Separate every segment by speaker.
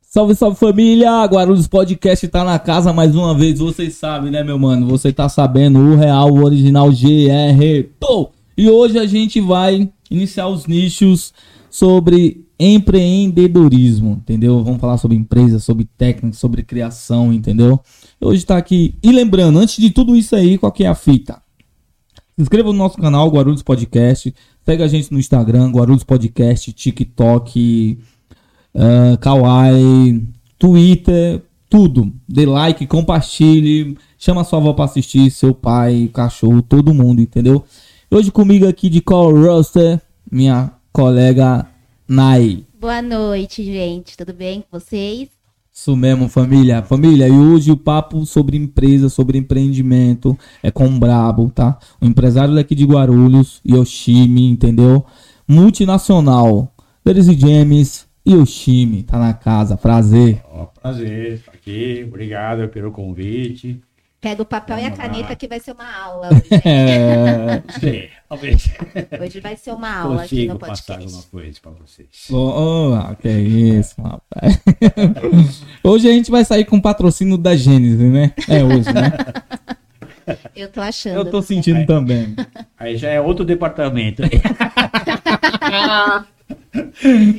Speaker 1: Salve, salve família! Guarulhos Podcast tá na casa mais uma vez, vocês sabem, né, meu mano? Você tá sabendo, o real, o original GR. Pô! E hoje a gente vai iniciar os nichos sobre empreendedorismo, entendeu? Vamos falar sobre empresa, sobre técnica, sobre criação, entendeu? Hoje tá aqui. E lembrando, antes de tudo isso aí, qual que é a fita? Se inscreva no nosso canal, Guarulhos Podcast. Segue a gente no Instagram, Guarulhos Podcast, TikTok, ah, Kawaii, Twitter, tudo. Dê like, compartilhe, chama sua avó pra assistir, seu pai, cachorro, todo mundo, entendeu? Hoje comigo aqui de Call Roster, minha colega Nai.
Speaker 2: Boa noite, gente. Tudo bem com vocês?
Speaker 1: Isso mesmo, família. Família, e hoje o papo sobre empresa, sobre empreendimento é com o Brabo, tá? O empresário daqui de Guarulhos, Yoshimi, entendeu? Multinacional, Dercy James, Yoshimi, tá na casa, prazer.
Speaker 3: Ó, prazer estar aqui. Obrigado pelo convite.
Speaker 2: Pega o papel e a
Speaker 3: Vamos lá.
Speaker 2: caneta que vai ser uma aula. hoje.
Speaker 1: É,
Speaker 3: Sim, talvez
Speaker 2: Hoje vai ser uma aula aqui
Speaker 3: consigo
Speaker 2: no
Speaker 3: passar
Speaker 2: podcast.
Speaker 3: alguma coisa para vocês.
Speaker 1: oh, ah, que isso, rapaz. Hoje a gente vai sair com patrocínio da Gênese, né? É hoje, né?
Speaker 2: Eu tô achando.
Speaker 1: Eu tô sentindo também.
Speaker 3: Aí já é outro departamento.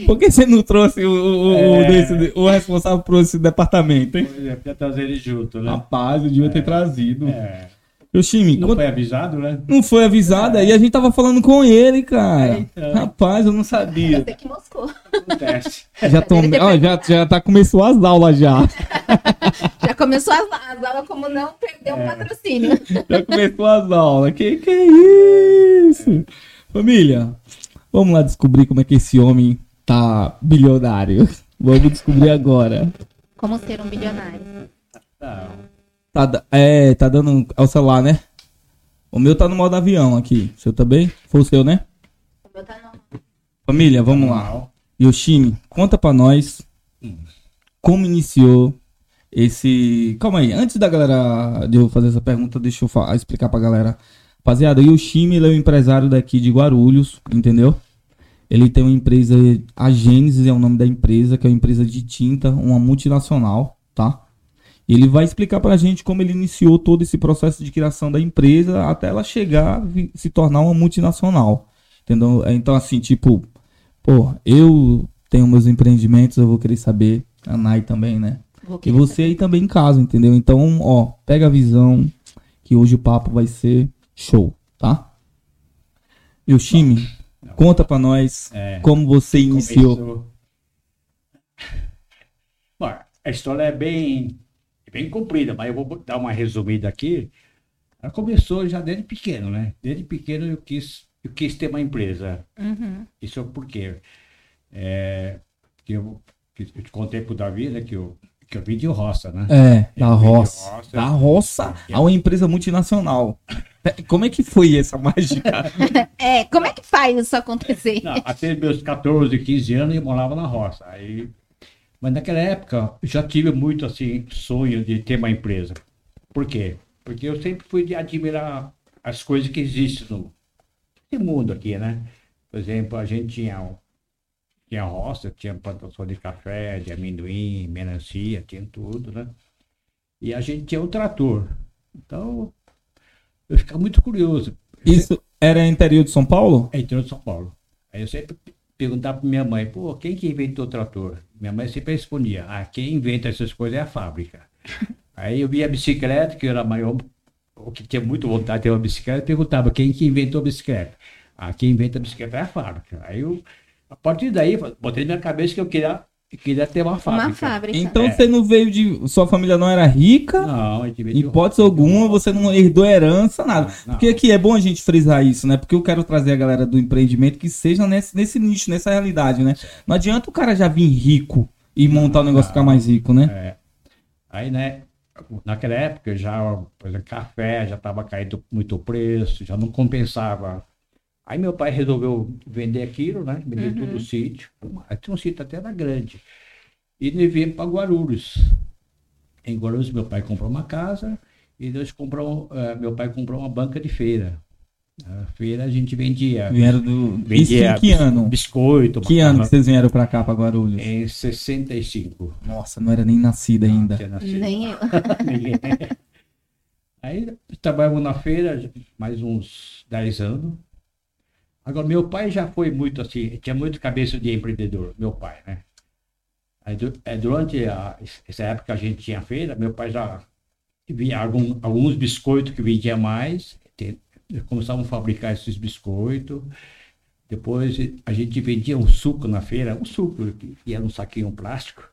Speaker 1: Por que você não trouxe o, o, o-
Speaker 3: É.
Speaker 1: desse- o responsável por esse departamento, hein?
Speaker 3: Pois é, Podia trazer ele junto, né?
Speaker 1: É. Rapaz, eu devia ter trazido.
Speaker 3: É,
Speaker 1: O time,
Speaker 3: não
Speaker 1: quando-
Speaker 3: foi avisado, né?
Speaker 1: não foi É, avisado, aí a gente tava falando com ele, cara.
Speaker 3: Eita.
Speaker 1: Rapaz, eu não sabia.
Speaker 2: Você que moscou.
Speaker 3: Acontece.
Speaker 1: Já tomei. Ó, já, já tá começou as aulas já.
Speaker 2: Já começou as, as aulas como não perder
Speaker 3: É.
Speaker 2: um patrocínio.
Speaker 1: Já começou as aulas. Que que é isso? Família, vamos lá descobrir como é que esse homem tá bilionário. Vamos descobrir agora.
Speaker 2: Como ser um bilionário.
Speaker 3: Não,
Speaker 1: Tá, da- é, tá dando ao celular, né? O meu tá no modo avião aqui. O seu também? Foi o seu, né?
Speaker 2: O meu tá não.
Speaker 1: Família, vamos lá.
Speaker 3: não.
Speaker 1: Yoshimi, conta pra nós como iniciou esse. Calma aí, antes da galera de eu fazer essa pergunta, deixa eu fa- explicar pra galera. Rapaziada, o Yoshimi ele é um empresário daqui de Guarulhos, entendeu? Ele tem uma empresa, a Gênesis é o nome da empresa, que é uma empresa de tinta, uma multinacional, tá? E ele vai explicar pra gente como ele iniciou todo esse processo de criação da empresa até ela chegar, vi- se tornar uma multinacional. Entendeu? Então, assim, tipo, pô, eu tenho meus empreendimentos, eu vou querer saber. A Nai também, né?
Speaker 2: Vou
Speaker 1: E
Speaker 2: querer
Speaker 1: você aí também em casa, entendeu? Então, ó, pega a visão que hoje o papo vai ser show, tá? E o time, conta pra nós
Speaker 3: É.
Speaker 1: como você iniciou.
Speaker 3: Começou. Bom, a história é bem, bem comprida, mas eu vou dar uma resumida aqui. Ela começou já desde pequeno, né? Desde pequeno eu quis, eu quis ter uma empresa.
Speaker 2: saber. Uhum.
Speaker 3: Isso é porque, é, que eu, que eu te contei pro Davi, né, que eu, que eu vim de roça, né?
Speaker 1: É, da
Speaker 3: Eu vim de
Speaker 1: roça.
Speaker 3: roça.
Speaker 1: Da roça a uma empresa multinacional. Como é que foi essa mágica?
Speaker 2: É, como é que faz isso acontecer?
Speaker 3: Não, até meus 14, 15 anos eu morava na roça. Aí, mas naquela época eu já tive muito assim sonho de ter uma empresa. Por quê? Porque eu sempre fui de admirar as coisas que existem no nesse mundo aqui, né? Por exemplo, a gente tinha o- tinha roça, tinha plantação de café, de amendoim, melancia, tinha tudo, né? E a gente tinha o trator. Então, eu ficava muito curioso.
Speaker 1: Isso era interior de São Paulo?
Speaker 3: É interior de São Paulo. Aí eu sempre perguntava para minha mãe, pô, quem que inventou o trator? Minha mãe sempre respondia, ah, quem inventa essas coisas é a fábrica. Aí eu via a bicicleta, que eu era maior, ou que tinha muito vontade de ter uma bicicleta, eu perguntava, quem que inventou a bicicleta? Ah, quem inventa a bicicleta é a fábrica. Aí eu, a partir daí, eu botei na minha cabeça que eu queria, eu queria ter uma fábrica.
Speaker 2: Uma fábrica.
Speaker 1: Então
Speaker 3: É.
Speaker 1: você não veio de. Sua família não era rica?
Speaker 3: Não, a gente
Speaker 1: Em
Speaker 3: vendeu
Speaker 1: hipótese alguma, você não herdou herança, nada.
Speaker 3: Não.
Speaker 1: Porque aqui é bom a gente frisar isso, né? Porque eu quero trazer a galera do empreendimento que seja nesse, nesse nicho, nessa realidade, né? Não adianta o cara já vir rico e montar o negócio e ficar mais rico, né?
Speaker 3: Aí, né, naquela época já, por exemplo, café já estava caindo muito o preço, já não compensava. Aí meu pai resolveu vender aquilo, né? Vender
Speaker 1: Uhum.
Speaker 3: tudo o sítio. Aí Tinha um sítio até era grande. E ele veio para Guarulhos. Em Guarulhos, meu pai comprou uma casa e nós comprou, eh, meu pai comprou uma banca de feira. Na feira a gente vendia.
Speaker 1: Vieram do. Isso
Speaker 3: Vendia
Speaker 1: em que ano?
Speaker 3: Biscoito,
Speaker 1: Que ano que
Speaker 3: macarrão.
Speaker 1: vocês vieram pra cá, pra Guarulhos?
Speaker 3: Em 65.
Speaker 1: Nossa, não era nem nascida ainda.
Speaker 3: Tinha nascido.
Speaker 2: Nem eu.
Speaker 3: Ninguém. Aí trabalhamos na feira mais uns 10 anos. Agora, meu pai já foi muito assim, tinha muito cabeça de empreendedor, meu pai, né? Aí, du- é, durante a- essa época que a gente tinha feira, meu pai já vinha algum- alguns biscoitos que vendia mais, te- começavam a fabricar esses biscoitos. Depois a gente vendia um suco na feira, um suco que que era um saquinho plástico.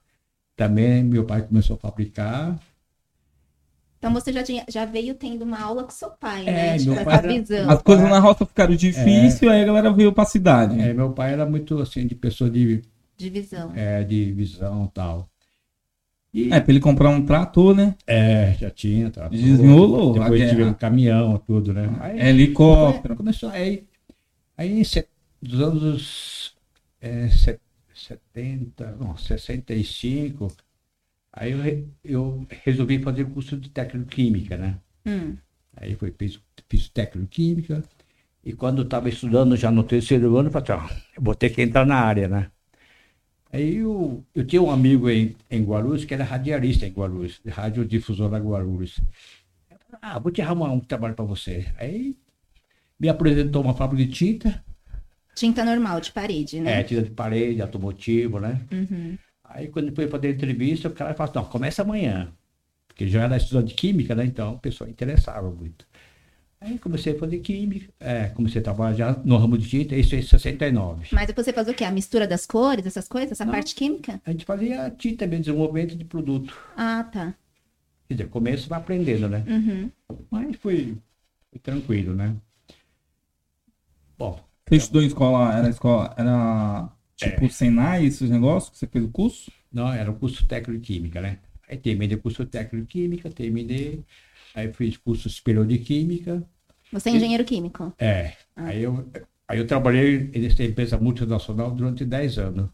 Speaker 3: Também meu pai começou a fabricar.
Speaker 2: Então você já, tinha, já veio tendo uma aula com seu pai,
Speaker 3: É,
Speaker 2: né? Tipo,
Speaker 3: meu
Speaker 2: essa
Speaker 3: pai era-
Speaker 2: visão.
Speaker 1: As coisas na roça ficaram difíceis, aí a galera veio pra cidade.
Speaker 3: É, meu pai era muito assim, de pessoa de,
Speaker 2: De visão.
Speaker 3: é, de visão e tal. E
Speaker 1: É, pra ele comprar um trator, né?
Speaker 3: é, já tinha, tá?
Speaker 1: Desenrolou a
Speaker 3: Depois
Speaker 1: guerra.
Speaker 3: tive um caminhão, tudo, né? Aí,
Speaker 1: Helicóptero.
Speaker 3: é, começou, aí, aí em set- dos anos é, set- 70, não, 65, aí eu, re- eu resolvi fazer curso de técnico química, né?
Speaker 2: Hum.
Speaker 3: Aí foi, fiz, fiz técnico química. E quando eu estava estudando já no terceiro ano, eu falei, assim, ó, eu vou ter que entrar na área, né? Aí eu, eu tinha um amigo em, em Guarulhos que era radialista em Guarulhos, de radiodifusora Guarulhos. Eu falei, ah, vou te arrumar um trabalho para você. Aí me apresentou uma fábrica de tinta,
Speaker 2: Tinta normal, de parede, né?
Speaker 3: é, tinta de parede, automotivo, né?
Speaker 2: Uhum.
Speaker 3: Aí quando foi fazer a entrevista, o cara falou assim, não, começa amanhã. Porque já era estudante de química, né? Então o pessoal interessava muito. Aí comecei a fazer química, é, comecei a trabalhar já no ramo de tinta, isso em 69.
Speaker 2: Mas depois você faz o quê? A mistura das cores, essas coisas? Essa
Speaker 3: Não.
Speaker 2: parte química?
Speaker 3: A gente fazia tinta mesmo, desenvolvimento de produto.
Speaker 2: Ah, tá.
Speaker 3: Quer dizer, começo vai aprendendo, né?
Speaker 2: Uhum.
Speaker 3: Mas foi, foi tranquilo, né? Bom,
Speaker 1: Você estudou em escola, era escola, era tipo
Speaker 3: É.
Speaker 1: Senai, esses negócios que você fez o curso?
Speaker 3: Não, era o curso técnico de química, né? Aí terminei o curso técnico de química, terminei. Aí fiz curso superior de química.
Speaker 2: Você é engenheiro químico.
Speaker 3: É. Aí, eu, aí eu trabalhei nessa empresa multinacional durante 10 anos.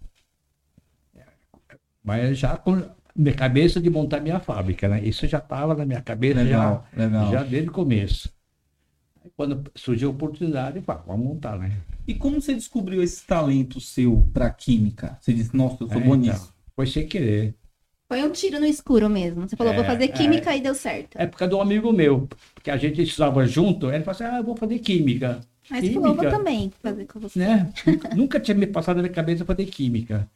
Speaker 3: Mas já com minha cabeça de montar minha fábrica, né? Isso já estava na minha cabeça já,
Speaker 1: Legal, legal.
Speaker 3: já desde o começo. Aí quando surgiu a oportunidade, pá, vamos montar, né?
Speaker 1: E como você descobriu esse talento seu pra química? Você disse, nossa, eu sou
Speaker 3: É,
Speaker 1: bom
Speaker 3: então.
Speaker 1: nisso.
Speaker 3: Foi sem querer.
Speaker 2: Foi um tiro no escuro mesmo. Você falou,
Speaker 3: É,
Speaker 2: vou fazer
Speaker 3: é.
Speaker 2: química e deu certo.
Speaker 3: É por causa de um amigo meu, que a gente estudava junto, ele falou assim, ah, eu vou fazer química.
Speaker 2: Aí você falou, vou
Speaker 3: química.
Speaker 2: também fazer com você.
Speaker 3: né? Nunca- Nunca tinha me passado na minha cabeça fazer química.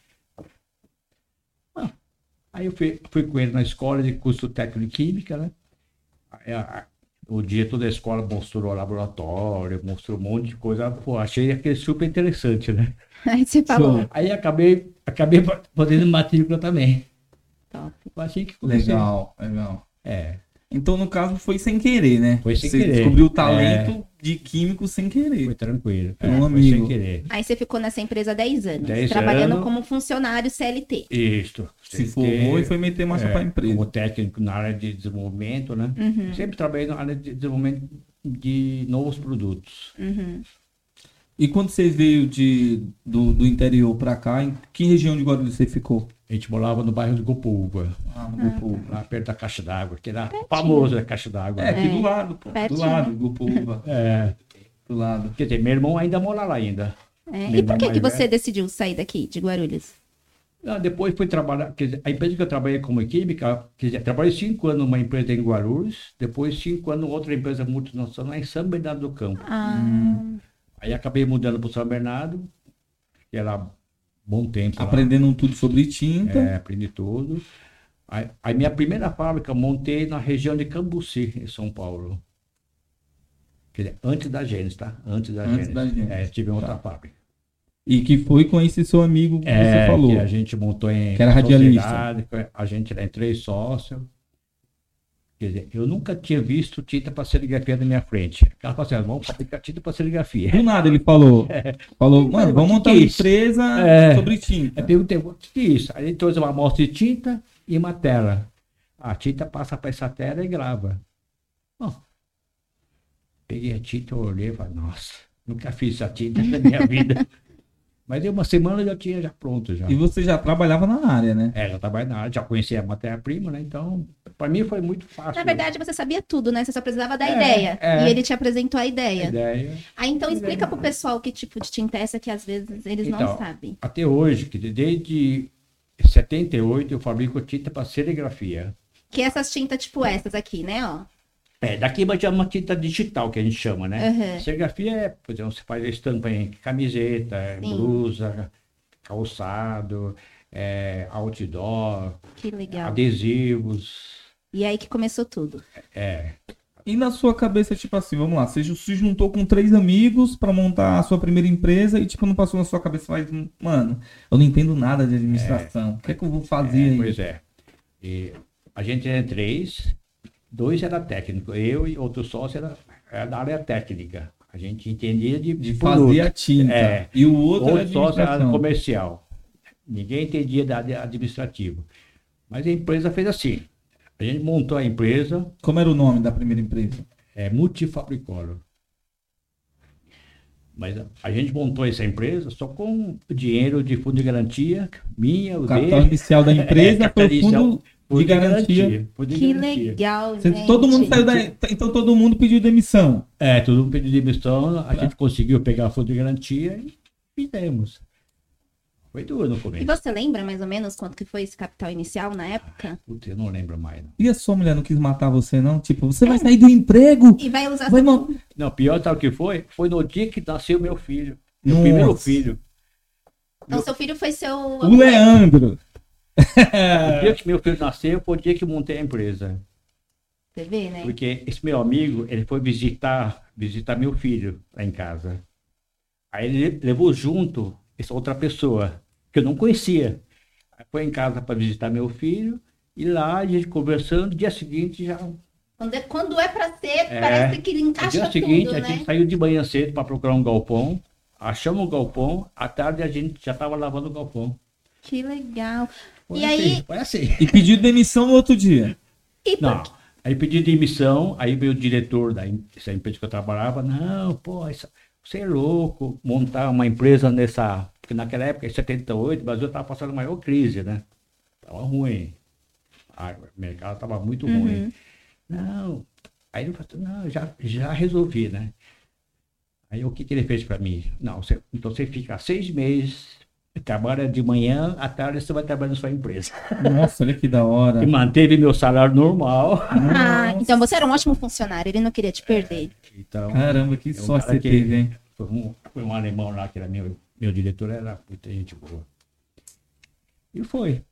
Speaker 3: Ah, Aí eu fui, fui com ele na escola de curso técnico de química, né? Aí, a- a- o dia toda a escola mostrou o laboratório, mostrou um monte de coisa. Pô, achei aquele super interessante, né?
Speaker 2: Aí você falou,
Speaker 1: Show.
Speaker 3: Aí acabei, acabei fa- fazendo matrícula também.
Speaker 2: top.
Speaker 3: Eu achei que comecei-
Speaker 1: Legal, legal.
Speaker 3: É,
Speaker 1: Então, no caso, foi sem querer, né?
Speaker 3: Foi sem
Speaker 1: você
Speaker 3: querer. É.
Speaker 1: descobriu o talento de químico sem querer.
Speaker 3: foi tranquilo.
Speaker 1: Pelo
Speaker 3: é, foi
Speaker 1: Um amigo.
Speaker 3: sem querer.
Speaker 2: Aí você ficou nessa empresa há 10 anos,
Speaker 3: 10
Speaker 2: trabalhando
Speaker 3: anos.
Speaker 2: como funcionário CLT.
Speaker 3: Isso.
Speaker 1: Se formou e foi meter marcha
Speaker 3: é,
Speaker 1: pra empresa.
Speaker 3: Como técnico na área de desenvolvimento, né?
Speaker 2: Uhum,
Speaker 3: Sempre trabalhei na área de desenvolvimento de novos produtos.
Speaker 2: uhum.
Speaker 1: E quando você veio de, do, do interior pra cá, em que região de Guarulhos você ficou?
Speaker 3: A gente morava no bairro do Gupuba,
Speaker 1: Ah, no Gupuba.
Speaker 3: lá perto da Caixa d'Água, que era famosa a Caixa d'Água.
Speaker 1: É, né?
Speaker 3: né?
Speaker 1: aqui do lado, pô.
Speaker 2: Pertinho.
Speaker 1: Do lado, Gupuba.
Speaker 3: É,
Speaker 1: Do lado.
Speaker 3: quer dizer, meu irmão ainda mora lá ainda.
Speaker 2: É, E
Speaker 3: Lembra
Speaker 2: por que,
Speaker 3: mais
Speaker 2: que você
Speaker 3: velho?
Speaker 2: decidiu sair daqui, de Guarulhos?
Speaker 3: Ah, depois fui trabalhar, quer dizer, a empresa que eu trabalhei como química, quer dizer, trabalhei cinco anos numa empresa em Guarulhos, depois cinco anos em outra empresa multinacional em São Bernardo do Campo. Hum.
Speaker 2: Ah,
Speaker 3: Aí acabei mudando para São Bernardo, que era bom tempo. lá.
Speaker 1: Aprendendo tudo sobre tinta.
Speaker 3: É, aprendi tudo. A, a minha primeira fábrica eu montei na região de Cambuci, em São Paulo. Quer dizer, antes da Gênesis, tá? Antes da
Speaker 1: Antes
Speaker 3: Gênesis.
Speaker 1: da Gênesis.
Speaker 3: É, tive outra fábrica.
Speaker 1: E que foi com esse seu amigo que
Speaker 3: É,
Speaker 1: você falou.
Speaker 3: Que a gente montou em
Speaker 1: Que era radialista.
Speaker 3: sociedade, que a gente era em três sócios. Quer dizer, eu nunca tinha visto tinta para serigrafia na minha frente. O cara falou assim, "Ah, vamos fabricar tinta para serigrafia.
Speaker 1: Do nada ele falou.
Speaker 3: É.
Speaker 1: Falou, mano, vamos montar uma
Speaker 3: Que isso?
Speaker 1: empresa
Speaker 3: É.
Speaker 1: sobre
Speaker 3: Aí
Speaker 1: tinta.
Speaker 3: perguntei, o que que é isso? Aí ele trouxe uma amostra de tinta e uma tela. A tinta passa para essa tela e grava. Bom, peguei a tinta, olhei e falei, nossa, nunca fiz essa tinta na minha vida. Mas em uma semana eu já tinha já pronto já.
Speaker 1: E você já trabalhava na área, né?
Speaker 3: É, já trabalhei na área, já conhecia a matéria-prima, né? Então, Para mim foi muito fácil.
Speaker 2: Na verdade, você sabia tudo, né? Você só precisava da
Speaker 3: É,
Speaker 2: ideia.
Speaker 3: é.
Speaker 2: E ele te apresentou a
Speaker 3: a
Speaker 2: ideia.
Speaker 3: ideia.
Speaker 2: Aí então explica pro pessoal que tipo de tinta é essa que às vezes eles não
Speaker 3: Então,
Speaker 2: sabem.
Speaker 3: Até hoje, quer dizer, desde 78 eu fabrico tinta para serigrafia.
Speaker 2: Que é essas tintas tipo essas aqui, né, ó.
Speaker 3: É, daqui vai chamar tinta digital, que a gente chama, né?
Speaker 2: Uhum.
Speaker 3: Serigrafia é, por exemplo, você faz a estampa em camiseta,
Speaker 2: Sim.
Speaker 3: blusa, calçado, é, outdoor,
Speaker 2: Que legal.
Speaker 3: adesivos.
Speaker 2: E aí que começou tudo.
Speaker 3: É,
Speaker 1: E na sua cabeça, tipo assim, vamos lá, você ju- se juntou com três amigos pra montar a sua primeira empresa e, tipo, não passou na sua cabeça, faz, um- mano, eu não entendo nada de administração, o que é que eu vou fazer
Speaker 3: é,
Speaker 1: aí?
Speaker 3: pois é. E a gente era em três, dois era técnico, eu e outro sócio era, era da área técnica. A gente entendia de,
Speaker 1: De
Speaker 3: de
Speaker 1: fazer a tinta.
Speaker 3: tipo É.
Speaker 1: E o
Speaker 3: Ou
Speaker 1: outro é
Speaker 3: sócio era
Speaker 1: administração.
Speaker 3: comercial. Ninguém entendia da área administrativa. Mas a empresa fez assim. A gente montou a empresa,
Speaker 1: Como era o nome da primeira empresa?
Speaker 3: é multifabricólogo. Mas a- a gente montou essa empresa só com dinheiro de fundo de garantia, minha, o
Speaker 1: O
Speaker 3: dele,
Speaker 1: capital inicial da empresa
Speaker 3: É,
Speaker 1: foi o
Speaker 3: capital
Speaker 1: fundo de garantia.
Speaker 3: fundo de
Speaker 2: Que
Speaker 3: garantia.
Speaker 2: legal,
Speaker 1: Você-
Speaker 2: gente.
Speaker 1: todo mundo saiu da. Então todo mundo pediu demissão.
Speaker 3: É, todo um pedido de demissão, a gente conseguiu pegar fundo de garantia e fizemos. Foi duro no
Speaker 2: E
Speaker 3: começo.
Speaker 2: você lembra mais ou menos quanto que foi esse capital inicial na época?
Speaker 3: Putz, eu não lembro mais. não.
Speaker 1: E a sua mulher não quis matar você, não? Tipo, você vai sair do emprego?
Speaker 2: E vai usar
Speaker 1: Vai, mano.
Speaker 3: Não, pior sabe o que foi? Foi no dia que nasceu meu filho. Meu
Speaker 1: Nossa.
Speaker 3: É primeiro filho.
Speaker 2: Então seu filho foi seu
Speaker 1: O Leandro.
Speaker 3: O
Speaker 1: É.
Speaker 3: dia que meu filho nasceu foi o dia que montei a empresa.
Speaker 2: Você vê, né?
Speaker 3: Porque esse meu amigo, ele foi visitar, visitar meu filho lá em casa. Aí ele levou junto essa outra pessoa, que eu não conhecia. Aí foi em casa para visitar meu filho. E lá, a gente conversando, dia seguinte já.
Speaker 2: Quando é, quando é pra ser,
Speaker 3: É.
Speaker 2: parece que
Speaker 3: No
Speaker 2: encaixa
Speaker 3: dia seguinte,
Speaker 2: tudo,
Speaker 3: a
Speaker 2: né?
Speaker 3: gente saiu de manhã cedo para procurar um galpão. Achamos o galpão. À tarde, a gente já estava lavando o galpão.
Speaker 2: Que legal.
Speaker 3: Foi
Speaker 2: e
Speaker 3: assim,
Speaker 2: aí,
Speaker 3: Foi assim.
Speaker 1: E pediu demissão no outro dia.
Speaker 2: e por
Speaker 3: Não. Aí pedi demissão, aí veio o diretor da em- dessa empresa que eu trabalhava, não, pô, isso- você é louco, montar uma empresa nessa. Porque naquela época, em 78, o Brasil estava passando a maior crise, né? Tava ruim. A- O mercado estava muito ruim. Não. Aí ele falou, assim, não, já, já resolvi, né? Aí o que, que ele fez para mim? Não, você- então você fica seis meses, trabalha de manhã, à tarde você vai trabalhar na sua empresa.
Speaker 1: Nossa, olha que da hora.
Speaker 3: E manteve meu salário normal.
Speaker 2: Ah, então você era um ótimo funcionário, ele não queria te perder.
Speaker 3: Então,
Speaker 1: Caramba, que
Speaker 3: É um
Speaker 1: sorte
Speaker 3: cara
Speaker 1: você
Speaker 3: que-
Speaker 1: teve, hein?
Speaker 3: foi um, foi um alemão lá que era meu, meu diretor, era muita gente boa. E foi.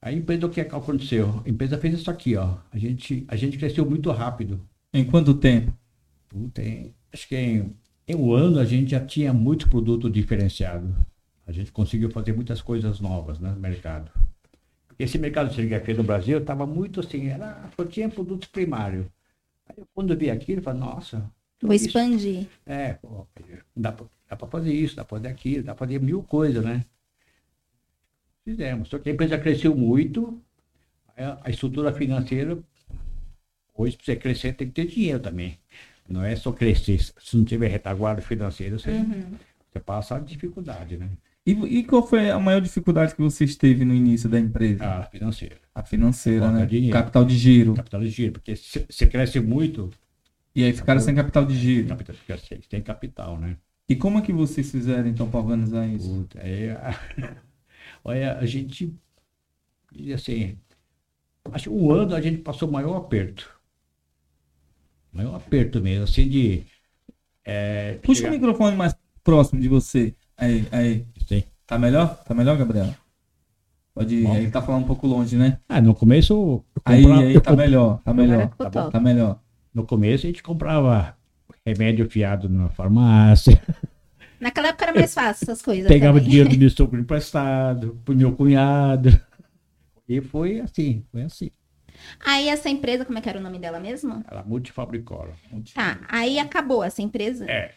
Speaker 3: A empresa, o que aconteceu? A empresa fez isso aqui, ó. A gente, a gente cresceu muito rápido.
Speaker 1: Em quanto tempo?
Speaker 3: Puta, em- acho que em, em um ano a gente já tinha muito produto diferenciado. A gente conseguiu fazer muitas coisas novas né, no mercado. Esse mercado de serigrafia no Brasil estava muito assim, era, só tinha produtos primários. Aí eu, quando eu vi aquilo, eu falei, nossa,
Speaker 2: Vou
Speaker 3: isso-
Speaker 2: expandir.
Speaker 3: é, pô, dá pra, dá pra fazer isso, dá pra fazer aquilo, dá pra fazer mil coisas, né? Fizemos. Só que a empresa cresceu muito, a a estrutura financeira, hoje pra você crescer tem que ter dinheiro também. Não é só crescer, se não tiver retaguarda financeira, você,
Speaker 2: É. Uhum.
Speaker 3: você passa a dificuldade, né?
Speaker 1: E, e qual foi a maior dificuldade que vocês teve no início da empresa?
Speaker 3: A financeira,
Speaker 1: A financeira,
Speaker 3: Ah, Falta
Speaker 1: né?
Speaker 3: dinheiro.
Speaker 1: Capital de giro.
Speaker 3: capital de giro, porque se você cresce muito,
Speaker 1: E aí ficaram sem capital de giro.
Speaker 3: capital, fica sem- tem capital, né?
Speaker 1: E como é que vocês fizeram então pra organizar isso?
Speaker 3: Puta, aí, a- olha, a gente diz assim, acho que um ano a gente passou o maior aperto. Maior aperto mesmo, assim de. É,
Speaker 1: Puxa o
Speaker 3: chegar-
Speaker 1: microfone mais próximo de você. Aí, aí.
Speaker 3: Sim.
Speaker 1: Tá melhor? Tá melhor, Gabriela? Pode ir.
Speaker 3: Bom.
Speaker 1: Ele tá falando um pouco longe, né?
Speaker 3: Ah, no começo. eu
Speaker 1: Aí,
Speaker 3: comprava-
Speaker 1: aí
Speaker 3: eu
Speaker 1: tá
Speaker 3: comp-
Speaker 1: melhor, tá
Speaker 2: Agora
Speaker 1: melhor.
Speaker 2: ficou
Speaker 3: tá bom.
Speaker 2: top.
Speaker 1: Tá melhor.
Speaker 3: No começo a gente comprava remédio fiado na farmácia,
Speaker 2: Naquela época era mais fácil essas coisas.
Speaker 3: pegava
Speaker 2: também.
Speaker 3: dinheiro do meu sogro emprestado, pro meu cunhado. E foi assim, foi assim.
Speaker 2: Aí essa empresa, como é que era o nome dela mesmo?
Speaker 3: Era multifabricólogo.
Speaker 2: Tá, aí acabou essa empresa.
Speaker 3: É.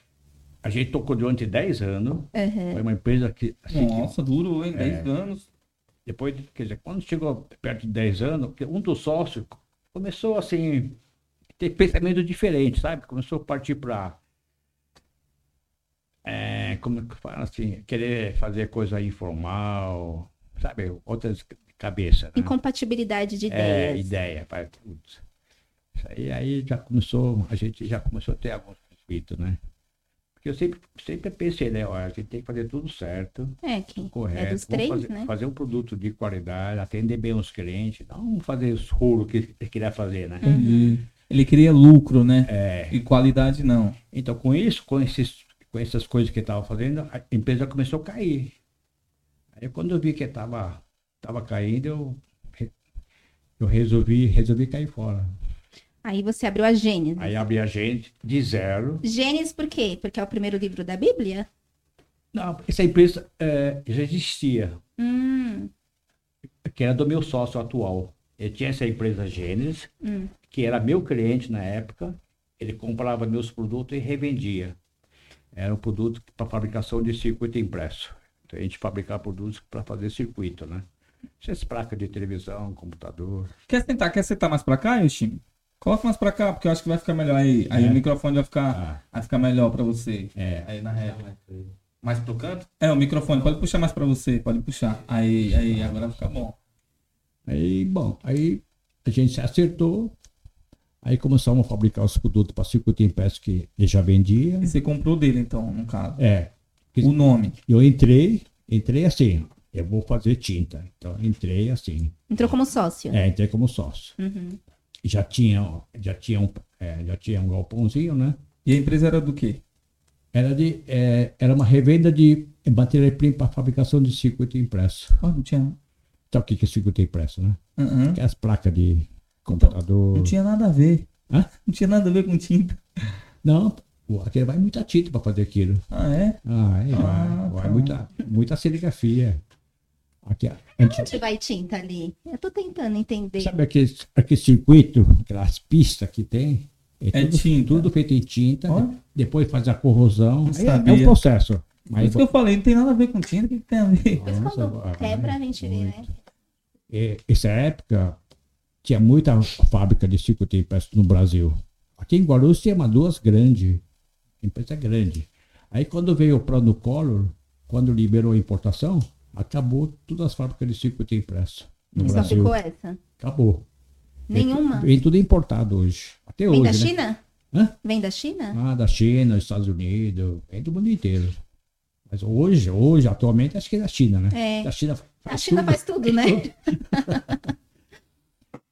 Speaker 3: A gente tocou durante 10 anos.
Speaker 2: Uhum.
Speaker 3: Foi uma empresa que, assim, que
Speaker 1: Nossa, durou, hein? 10 anos.
Speaker 3: depois, de- quer dizer, quando chegou perto de 10 anos, que um dos sócios co- começou assim, ter pensamento diferente, sabe? Começou a partir para. é como é que fala assim? Querer fazer coisa informal, sabe? Outras cabeça. Né?
Speaker 2: Incompatibilidade de
Speaker 3: É,
Speaker 2: ideias.
Speaker 3: ideia. pai, putz. Isso aí, aí já começou, a gente já começou a ter alguns conflitos, né? Porque eu sempre, sempre pensei, né? Olha, a gente tem que fazer tudo certo,
Speaker 2: É, que
Speaker 3: correto.
Speaker 2: é dos
Speaker 3: vamos
Speaker 2: três,
Speaker 3: fazer,
Speaker 2: né?
Speaker 3: fazer um produto de qualidade, atender bem os clientes, não fazer os rolos que ele queria fazer, né?
Speaker 2: Uhum.
Speaker 1: Ele, ele queria lucro, né?
Speaker 3: É,
Speaker 1: E qualidade não.
Speaker 3: então, com isso, com, esses, com essas coisas que eu estava fazendo, a empresa começou a cair. Aí, quando eu vi que estava tava caindo, eu, re- eu resolvi, resolvi cair fora.
Speaker 2: Aí você abriu a Gênesis.
Speaker 3: Aí abri a gente de zero.
Speaker 2: Gênesis por quê? Porque é o primeiro livro da Bíblia?
Speaker 3: Não, essa empresa eh, já existia,
Speaker 2: Hum,
Speaker 3: que era do meu sócio atual. Eu tinha essa empresa Gênesis,
Speaker 2: Hum.
Speaker 3: que era meu cliente na época. Ele comprava meus produtos e revendia. Era um produto para fabricação de circuito impresso. Então a gente fabricava produtos para fazer circuito, né? Essas placas de televisão, computador.
Speaker 1: Quer sentar? Quer sentar mais pra cá, Yoshi? Coloca mais pra cá, porque eu acho que vai ficar melhor aí. Aí
Speaker 3: É.
Speaker 1: o microfone vai ficar,
Speaker 3: Ah,
Speaker 1: vai ficar melhor pra você.
Speaker 3: é.
Speaker 1: Aí na régua. Mais pro canto? É, o microfone. Pode puxar mais pra você. Pode puxar. Aí, aí, agora fica bom.
Speaker 3: Aí, bom, aí a gente se acertou. Aí começamos a fabricar os produtos para circuito impresso que ele já vendia.
Speaker 1: E você comprou dele, então, no caso.
Speaker 3: É,
Speaker 1: O nome.
Speaker 3: Eu entrei, entrei assim, eu vou fazer tinta. Então entrei assim.
Speaker 2: entrou como sócio.
Speaker 3: É, entrei como sócio.
Speaker 2: Uhum.
Speaker 3: Já tinha, já tinha um, é, já tinha um galpãozinho, né?
Speaker 1: E a empresa era do quê?
Speaker 3: Era de, é, era uma revenda de matéria-prima para fabricação de circuito impresso.
Speaker 1: Ah, não tinha.
Speaker 3: Sabe o que que é circuito impresso, né?
Speaker 1: Ah, ah.
Speaker 3: Que é as placas de computador.
Speaker 1: Não tinha nada a ver.
Speaker 3: Hã?
Speaker 1: Não tinha nada a ver com tinta.
Speaker 3: Não, pô, aquele vai muita tinta para fazer aquilo.
Speaker 1: Ah, é?
Speaker 3: Ah, é,
Speaker 1: Ah,
Speaker 3: vai, vai
Speaker 1: tá.
Speaker 3: muita, muita serigrafia. Aqui, a gente
Speaker 2: Onde vai tinta ali? Eu tô tentando entender.
Speaker 3: Sabe aquele, aquele circuito, aquelas pistas que tem?
Speaker 1: É
Speaker 3: tudo,
Speaker 1: tinta.
Speaker 3: tudo feito em tinta,
Speaker 1: Ó.
Speaker 3: de- depois faz a corrosão. Aí é- é,
Speaker 1: sabia.
Speaker 3: um processo.
Speaker 1: Por
Speaker 3: Mas
Speaker 1: isso que eu falei, não tem nada a ver com tinta. O que que tem a ver?
Speaker 2: Depois
Speaker 3: Nossa,
Speaker 2: quando
Speaker 3: vai,
Speaker 2: quebra, a gente vê, né?
Speaker 3: é, essa época tinha muita fábrica de circuito impresso no Brasil. Aqui em Guarulhos tinha uma duas grande, empresa é grande. Aí quando veio o plano Collor, quando liberou a importação, acabou todas as fábricas de circuito impresso no
Speaker 2: E Só
Speaker 3: Brasil.
Speaker 2: ficou essa.
Speaker 3: Acabou. Vem-
Speaker 2: é? Nenhuma.
Speaker 3: Vem tudo importado hoje. Até
Speaker 2: Vem da
Speaker 3: hoje, né?
Speaker 2: China?
Speaker 3: Hã?
Speaker 2: Vem da China?
Speaker 3: Ah, da China, dos Estados Unidos, vem do mundo inteiro. Mas hoje, hoje, atualmente, acho que é da China, né?
Speaker 2: É.
Speaker 3: Da China faz
Speaker 2: A China
Speaker 3: tudo.
Speaker 2: faz tudo, né?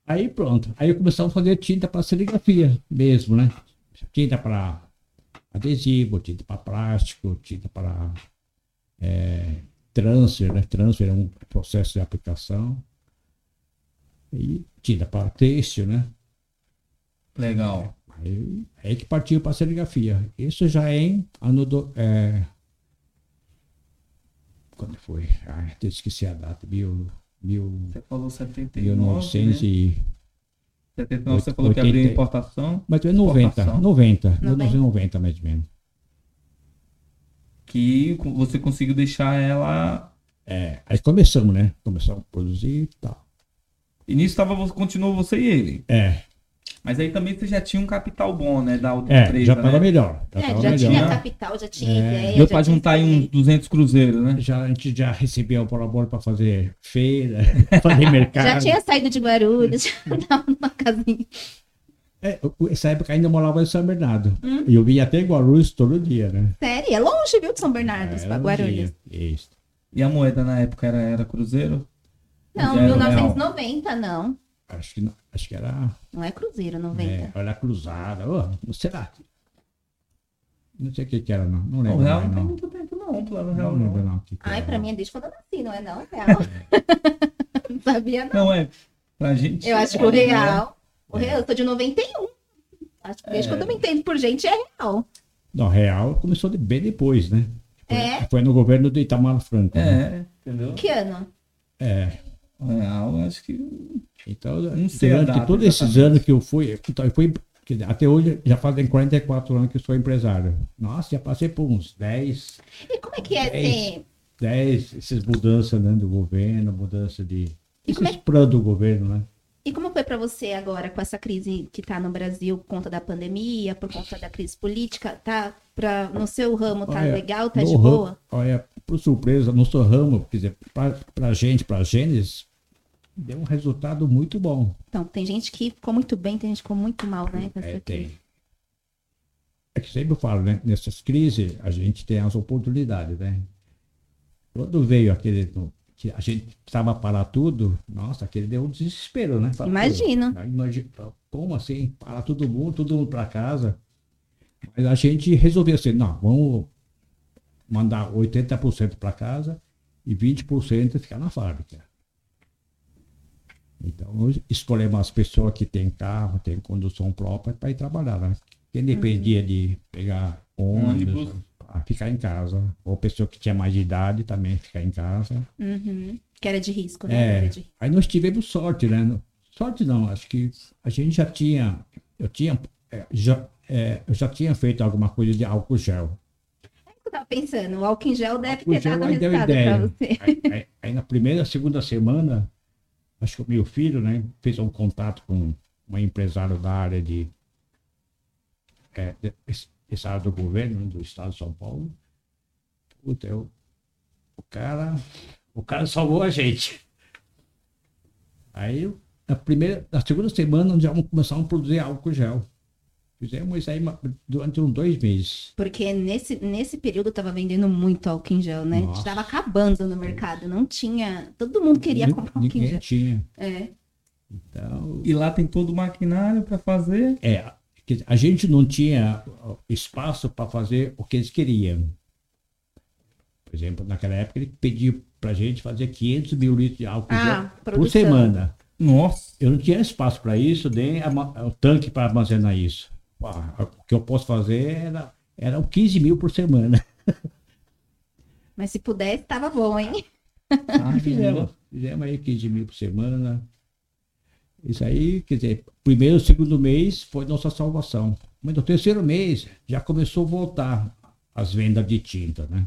Speaker 3: Aí pronto. Aí começamos a fazer tinta para serigrafia mesmo, né? Tinta para adesivo, tinta para plástico, tinta para é, transfer, né? Transfer é um processo de aplicação. E tinta para têxtil, né?
Speaker 1: Legal.
Speaker 3: Aí, aí que partiu para a serigrafia. Isso já é em ano do. é, quando foi? Ah, até esqueci a data. Mil, mil,
Speaker 1: Você falou 79,
Speaker 3: 1900
Speaker 1: né?
Speaker 3: e.
Speaker 1: 79, você falou que abriu
Speaker 3: 80.
Speaker 1: importação.
Speaker 3: Mas é 90,
Speaker 1: Importação.
Speaker 3: 90,
Speaker 2: 90.
Speaker 3: 1990 mais ou menos.
Speaker 1: Que co- você conseguiu deixar ela...
Speaker 3: É, aí começamos, né? Começamos a produzir e tal.
Speaker 1: E nisso tava, vo- continuou você e ele.
Speaker 3: É,
Speaker 1: Mas aí também você já tinha um capital bom, né? Da outra
Speaker 3: é
Speaker 1: empresa,
Speaker 3: já estava
Speaker 1: né?
Speaker 3: melhor. Já
Speaker 2: É,
Speaker 3: tava
Speaker 2: já
Speaker 3: Tá melhor. É.
Speaker 2: tinha capital, já tinha ideia.
Speaker 1: Deu
Speaker 2: já
Speaker 1: pra
Speaker 3: um
Speaker 2: tinha
Speaker 1: juntar tá aí uns
Speaker 2: experiência.
Speaker 1: 200 cruzeiros, né?
Speaker 3: Já, a gente já recebia o Polabora para fazer feira, fazer mercado.
Speaker 2: Já tinha saído de Guarulhos, já tava numa casinha.
Speaker 3: É, eu- essa época ainda morava em São Bernardo.
Speaker 2: Hum.
Speaker 3: E eu vinha até Guarulhos todo dia, né?
Speaker 2: Sério, é longe, viu, de São Bernardo,
Speaker 3: Era
Speaker 2: pra
Speaker 3: um
Speaker 2: Guarulhos.
Speaker 3: dia. Isso.
Speaker 1: E a moeda na época era, era cruzeiro?
Speaker 2: Não,
Speaker 1: Já era
Speaker 2: 1990 não.
Speaker 3: Acho que, não- acho que era.
Speaker 2: Não é Cruzeiro, 90.
Speaker 3: É, era cruzada. Ô, não sei lá. Não sei o que, que era, não. Não
Speaker 1: Não,
Speaker 3: lembro.
Speaker 1: o real
Speaker 3: mais,
Speaker 1: não tem
Speaker 3: não.
Speaker 1: muito tempo não, plano real
Speaker 3: Não
Speaker 1: não.
Speaker 3: lembro, não. o que que
Speaker 2: Ai,
Speaker 3: era.
Speaker 2: pra mim é desde quando eu nasci, não é não, real? não sabia não.
Speaker 1: Não, é. Pra gente.
Speaker 2: Eu acho que o
Speaker 3: né?
Speaker 2: real...
Speaker 3: É.
Speaker 2: O real, eu tô de 91. Acho que desde
Speaker 1: É.
Speaker 2: quando eu me entendo por gente é real.
Speaker 3: Não, real começou de- bem depois, né? Foi,
Speaker 2: É?
Speaker 3: foi no governo do Itamar Franco.
Speaker 1: É,
Speaker 3: né?
Speaker 1: entendeu?
Speaker 2: Que ano?
Speaker 3: É.
Speaker 1: O real, eu acho que.
Speaker 3: Então,
Speaker 1: Não sei a
Speaker 3: durante
Speaker 1: data
Speaker 3: todos esses
Speaker 1: exatamente.
Speaker 3: anos que eu fui, então, eu fui quer dizer, até hoje já fazem 44 anos que eu sou empresário. Nossa, já passei por uns 10,
Speaker 2: E como é que é
Speaker 3: Dez.
Speaker 2: ter...
Speaker 3: 10, essas mudanças né, do governo, mudança de.
Speaker 2: E como é
Speaker 3: Esses planos do governo, né?
Speaker 2: E como foi pra você agora com essa crise que tá no Brasil por conta da pandemia, por conta da crise política? Tá pra, no seu ramo tá
Speaker 3: Olha,
Speaker 2: legal, tá
Speaker 3: No
Speaker 2: de
Speaker 3: ramo-
Speaker 2: boa?
Speaker 3: Olha, por surpresa, no seu ramo, quer dizer, pra, pra gente, pra Gênesis, deu um resultado muito bom.
Speaker 2: Então, tem gente que ficou muito bem, tem gente que ficou muito mal, né? com
Speaker 3: É,
Speaker 2: essa
Speaker 3: tem.
Speaker 2: crise.
Speaker 3: É que sempre eu falo, né? Nessas crises, a gente tem as oportunidades, né? Quando veio aquele. no- que a gente precisava parar tudo, nossa, aquele deu um desespero, né? Fala, pô,
Speaker 2: Imagino.
Speaker 3: né? Imagi- Como assim? Parar todo mundo, todo mundo para casa. Mas a gente resolveu assim, não, vamos mandar 80% para casa e 20% ficar na fábrica. Então, nós escolhemos as pessoas que têm carro, têm condução própria para ir trabalhar, né? Quem dependia de pegar ônibus,
Speaker 1: Ônibus.
Speaker 3: a ficar em casa. Ou pessoa que tinha mais de idade também ficar em casa.
Speaker 2: Uhum. Que era de risco, né?
Speaker 3: É,
Speaker 2: Era de risco.
Speaker 3: aí nós tivemos sorte, né? Sorte não, acho que a gente já tinha, eu tinha, é, já, é, eu já tinha feito alguma coisa de álcool gel.
Speaker 2: É o que eu tava pensando. O álcool em gel deve
Speaker 3: Álcool
Speaker 2: ter
Speaker 3: gel
Speaker 2: dado
Speaker 3: aí deu
Speaker 2: resultado pra
Speaker 3: ideia.
Speaker 2: você.
Speaker 3: Aí, aí- aí na primeira, segunda semana, acho que o meu filho, né, fez um contato com uma empresária da área de, é, de- es- essa área do governo né, do estado de São Paulo. Puta, eu, o cara, o cara salvou a gente. Aí, na primeira, na segunda semana, nós já começamos a produzir álcool gel. Fizemos isso aí ma- durante uns dois meses.
Speaker 2: Porque nesse, nesse período eu tava vendendo muito álcool em gel, né?
Speaker 3: Nossa.
Speaker 2: Tava acabando no mercado, não tinha. Todo mundo queria
Speaker 3: Ni-
Speaker 2: comprar um álcool em
Speaker 3: Ninguém
Speaker 2: gel.
Speaker 3: tinha.
Speaker 2: É.
Speaker 3: Então,
Speaker 1: E lá tem todo o maquinário pra fazer.
Speaker 3: É, quer dizer, a gente não tinha ó, espaço para fazer o que eles queriam. Por exemplo, naquela época ele pediu para a gente fazer 500 mil litros de álcool
Speaker 2: Ah,
Speaker 3: gel por
Speaker 2: produção.
Speaker 3: semana.
Speaker 1: Nossa.
Speaker 3: Eu não tinha espaço para isso, nem ama- o tanque para armazenar isso. Ah, O que eu posso fazer era, era 15 mil por semana.
Speaker 2: Mas se pudesse, tava bom, hein?
Speaker 1: Ah,
Speaker 2: Uhum.
Speaker 3: E fizemos, fizemos aí 15 mil por semana. Isso aí, quer dizer, primeiro, segundo mês foi nossa salvação. Mas no terceiro mês já começou a voltar as vendas de tinta, né?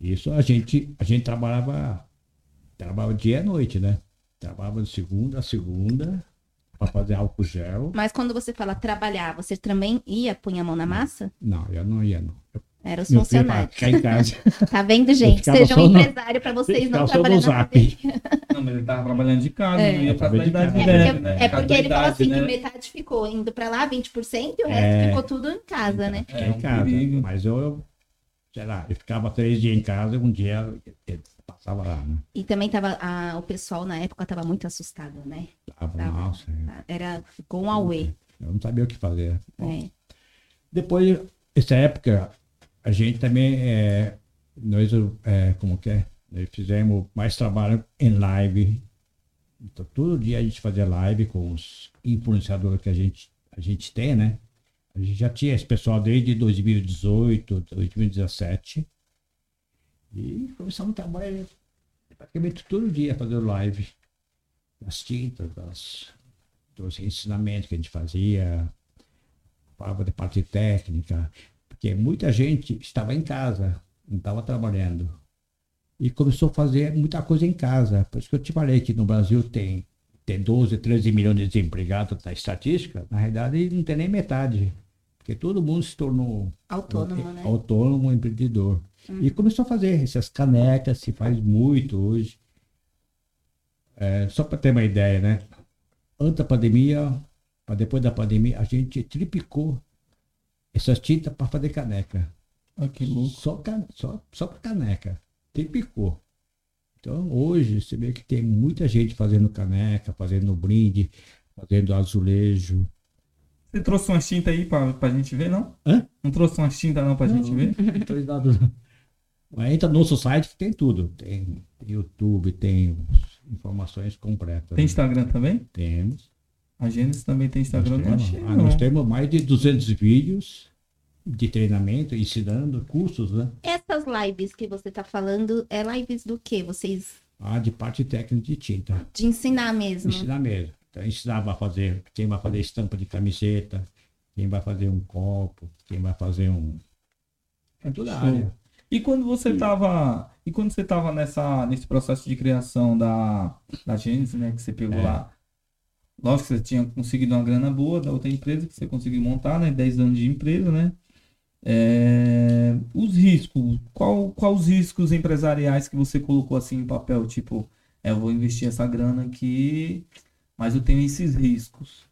Speaker 3: Isso a gente, a gente trabalhava, trabalhava dia e noite, né? Trabalhava de segunda a segunda para fazer álcool gel.
Speaker 2: Mas quando você fala trabalhar, você também ia pôr a mão na massa?
Speaker 3: Não, eu não ia, não. Eu,
Speaker 2: Era os
Speaker 3: meu filho vai
Speaker 2: funcionários.
Speaker 3: ficar em casa.
Speaker 2: Tá vendo, gente?
Speaker 3: ficava
Speaker 2: Seja
Speaker 3: só
Speaker 2: um
Speaker 3: no-
Speaker 2: empresário pra vocês não
Speaker 3: ficava só no
Speaker 2: trabalhando. na
Speaker 3: zap.
Speaker 2: TV.
Speaker 1: Não, mas ele tava trabalhando de casa,
Speaker 2: É.
Speaker 1: não ia pra
Speaker 3: Tava de
Speaker 1: cidade
Speaker 3: casa.
Speaker 2: É
Speaker 1: grande,
Speaker 2: porque,
Speaker 1: né?
Speaker 2: é porque
Speaker 1: Da
Speaker 2: ele fala
Speaker 1: idade,
Speaker 2: assim
Speaker 1: né?
Speaker 2: que metade ficou indo pra lá, 20%, e o resto
Speaker 3: É.
Speaker 2: ficou tudo em casa, né?
Speaker 3: Fiquei
Speaker 1: É, um
Speaker 3: em casa.
Speaker 1: perigo.
Speaker 3: Mas eu, eu, sei lá, eu ficava três dias em casa, um dia eu- eu passava lá, né?
Speaker 2: E também tava. a- o pessoal na época tava muito assustado, né?
Speaker 3: Tava,
Speaker 2: Tava.
Speaker 3: nossa,
Speaker 2: Era, ficou um auê.
Speaker 3: eu não sabia o que fazer.
Speaker 2: né?
Speaker 3: Depois, essa época, a gente também, é, nós, é, como que é? Nós fizemos mais trabalho em live. Então, todo dia a gente fazia live com os influenciadores que a gente, a gente tem, né? A gente já tinha esse pessoal desde 2018, 2017. E começamos a trabalhar praticamente todo dia fazendo live. Das tintas, das, dos ensinamentos que a gente fazia, falava de parte técnica, porque muita gente estava em casa, não estava trabalhando. E começou a fazer muita coisa em casa. Por isso que eu te falei que no Brasil tem, tem 12, 13 milhões de desempregados na estatística. Na realidade, não tem nem metade. Porque todo mundo se tornou
Speaker 2: Autônomo,
Speaker 3: Uhum.
Speaker 2: né?
Speaker 3: É,
Speaker 2: Hum.
Speaker 3: autônomo empreendedor. E começou a fazer essas canecas, se faz muito hoje. É, só para ter uma ideia, né? Antes da pandemia, para depois da pandemia, a gente triplicou essas tintas para fazer caneca.
Speaker 1: Ah, que louco.
Speaker 3: Só, ca- só, só para caneca. Triplicou. Então hoje você vê que tem muita gente fazendo caneca, fazendo brinde, fazendo azulejo.
Speaker 1: Você trouxe uma tinta aí pra, pra gente ver, não?
Speaker 3: Hã?
Speaker 1: Não trouxe uma tinta não pra gente ver?
Speaker 3: Então, eles dão- Mas entra no nosso site que tem tudo. Tem YouTube, tem informações completas. né?
Speaker 1: Tem Instagram também?
Speaker 3: Temos.
Speaker 1: A Gênesis também tem Instagram, eu não né?
Speaker 3: nós,
Speaker 1: achei,
Speaker 3: temos, ah,
Speaker 1: não.
Speaker 3: nós temos mais de 200 vídeos de treinamento, ensinando, cursos, né?
Speaker 2: Essas lives que você tá falando, é lives do quê? Vocês.
Speaker 3: Ah, de parte técnica de tinta.
Speaker 2: De ensinar mesmo.
Speaker 3: Ensinar mesmo. Então, ensinava a fazer, quem vai fazer estampa de camiseta, quem vai fazer um copo, quem vai fazer um. É toda a
Speaker 1: Show.
Speaker 3: área.
Speaker 1: E quando você tava. E quando você tava nessa, nesse processo de criação da, da Gênesis, né? Que você pegou
Speaker 3: É.
Speaker 1: lá. Lógico que você tinha conseguido uma grana boa da outra empresa que você conseguiu montar, né? 10 anos de empresa, né? É, os riscos. Qual, qual os riscos empresariais que você colocou assim em papel? Tipo, É, eu vou investir essa grana aqui, mas eu tenho esses riscos.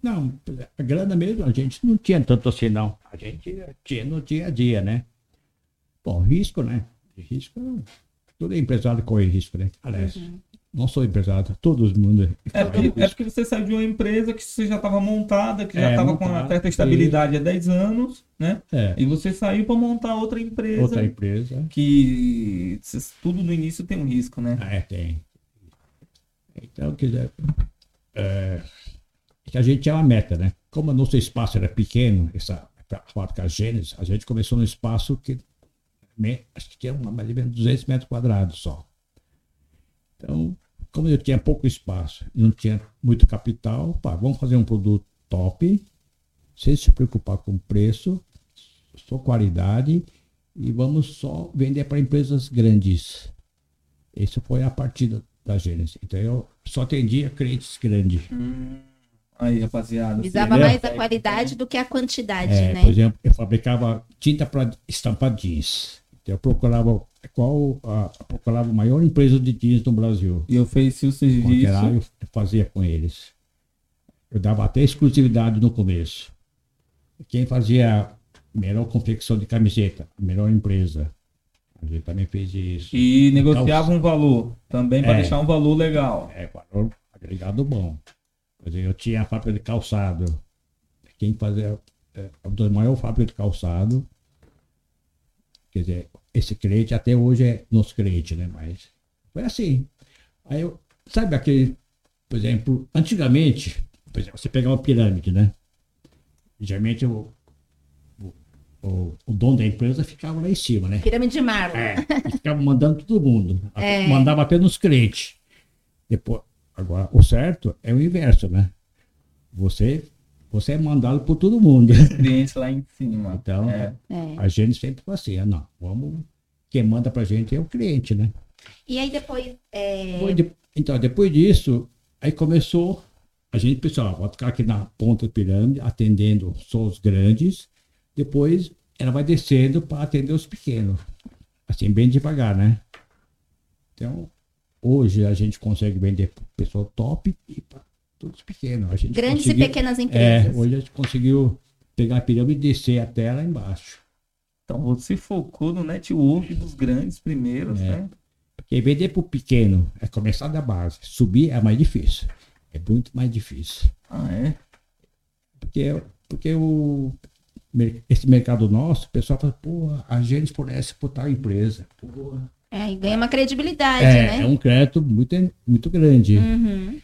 Speaker 3: Não, a grana mesmo a gente não tinha tanto assim, não. A gente tinha no dia a dia, né? Bom, risco, né? Risco, todo empresário corre risco, né? Aliás,
Speaker 2: Uhum.
Speaker 3: não sou empresário, todo mundo
Speaker 1: É
Speaker 3: corre
Speaker 1: porque, é
Speaker 3: risco.
Speaker 1: porque você saiu de uma empresa que você já estava montada, que já
Speaker 3: É,
Speaker 1: estava com uma
Speaker 3: montada,
Speaker 1: certa estabilidade há 10 anos, né?
Speaker 3: É,
Speaker 1: E você saiu para montar outra empresa
Speaker 3: outra empresa.
Speaker 1: que cês- tudo no início tem um risco, né?
Speaker 3: Ah, é, tem. Então, quer dizer, é, que a gente tinha uma meta, né? Como o nosso espaço era pequeno, essa essa fábrica Gênesis, a gente começou num espaço que me- acho que tinha uma- mais ou menos 200 metros quadrados só. Então, como eu tinha pouco espaço, não tinha muito capital, pá, vamos fazer um produto top, sem se preocupar com preço, só qualidade, e vamos só vender para empresas grandes. Isso foi a partida da Gênesis. Então eu só atendia clientes grandes.
Speaker 1: Aí, rapaziada.
Speaker 2: Visava
Speaker 1: você-
Speaker 2: mais a qualidade do que a quantidade,
Speaker 3: É,
Speaker 2: né?
Speaker 3: por exemplo, eu fabricava tinta para estampar jeans. Então eu procurava qual a, procurava a maior empresa de jeans no Brasil.
Speaker 1: E eu fiz o serviço.
Speaker 3: Contratar, eu fazia com eles. Eu dava até exclusividade no começo. Quem fazia a melhor confecção de camiseta, a melhor empresa. A gente também fez isso.
Speaker 1: E negociava um valor também para
Speaker 3: É.
Speaker 1: deixar um valor legal.
Speaker 3: É, valor agregado bom. Quer dizer, eu tinha a fábrica de calçado. Quem fazia é, uma das maiores fábricas de calçado. Quer dizer, esse cliente até hoje é nosso cliente, né? Mas foi assim. Aí eu, sabe aquele, por exemplo, antigamente, por exemplo, você pegava uma pirâmide, né? Geralmente o, o, o, o dono da empresa ficava lá em cima, né?
Speaker 2: Pirâmide de Marlon.
Speaker 3: É, e ficava mandando todo mundo. Até-
Speaker 2: É.
Speaker 3: Mandava apenas os clientes. Depois, agora, o certo é o inverso, né? Você, você é mandado por todo mundo.
Speaker 1: Cliente lá em cima.
Speaker 3: Então,
Speaker 1: É.
Speaker 2: É.
Speaker 3: a gente sempre foi assim, ah, não, vamos. Quem manda pra gente é o cliente, né?
Speaker 2: E aí depois. é,
Speaker 3: Depois de- então, depois disso, aí começou. A gente pensou, ó, vou ficar aqui na ponta da pirâmide, atendendo só os grandes. Depois ela vai descendo para atender os pequenos. Assim, bem devagar, né? Então, hoje a gente consegue vender para pessoal top e para todos pequenos. A gente
Speaker 2: Grandes e
Speaker 3: conseguiu-
Speaker 2: pequenas
Speaker 3: É,
Speaker 2: empresas.
Speaker 3: hoje a gente conseguiu pegar a pirâmide e descer até lá embaixo.
Speaker 1: Então você focou no network dos grandes primeiros,
Speaker 3: É.
Speaker 1: né?
Speaker 3: Porque vender para o pequeno é começar da base. Subir é mais difícil. É muito mais difícil.
Speaker 1: Ah, é?
Speaker 3: Porque, porque o, mer- esse mercado nosso, o pessoal fala, pô, a gente fornece por tal empresa. Pô,
Speaker 2: é, e ganha uma credibilidade,
Speaker 3: é, é
Speaker 2: né?
Speaker 3: um crédito muito, muito grande.
Speaker 2: Uhum.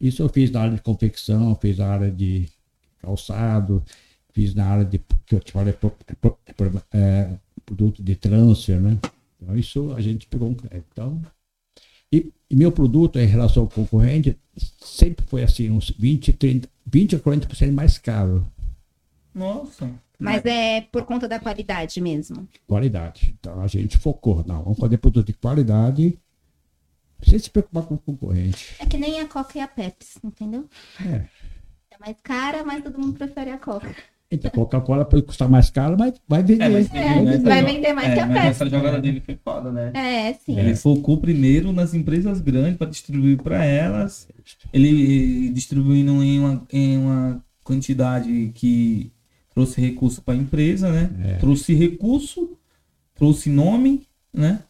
Speaker 3: Isso eu fiz na área de confecção, fiz na área de calçado, fiz na área de, que eu te falei, pro- pro- pro- é, produto de transfer, né? Então, isso a gente pegou um crédito. Então, e, e meu produto em relação ao concorrente sempre foi assim, uns 20, 30, 20 a 40% mais caro.
Speaker 1: Nossa.
Speaker 2: Mas é por conta da qualidade mesmo.
Speaker 3: qualidade. Então a gente focou, não, vamos fazer produto de qualidade sem se preocupar com o concorrente.
Speaker 2: É que nem a Coca e a Pepsi, entendeu?
Speaker 3: É.
Speaker 2: É mais cara, mas todo mundo prefere a Coca.
Speaker 3: Então, Coca-Cola pode custar mais caro, mas vai vender.
Speaker 1: É, mas
Speaker 2: É,
Speaker 1: né?
Speaker 2: vai vender mais
Speaker 1: É,
Speaker 2: que a
Speaker 1: mas
Speaker 2: Pepsi.
Speaker 1: essa jogada dele foi foda, né?
Speaker 2: É, sim.
Speaker 1: Ele focou primeiro nas empresas grandes para distribuir para elas. Ele eh, distribuindo em uma, em uma quantidade que trouxe recurso para a empresa, né?
Speaker 3: É.
Speaker 1: Trouxe recurso, trouxe nome, né?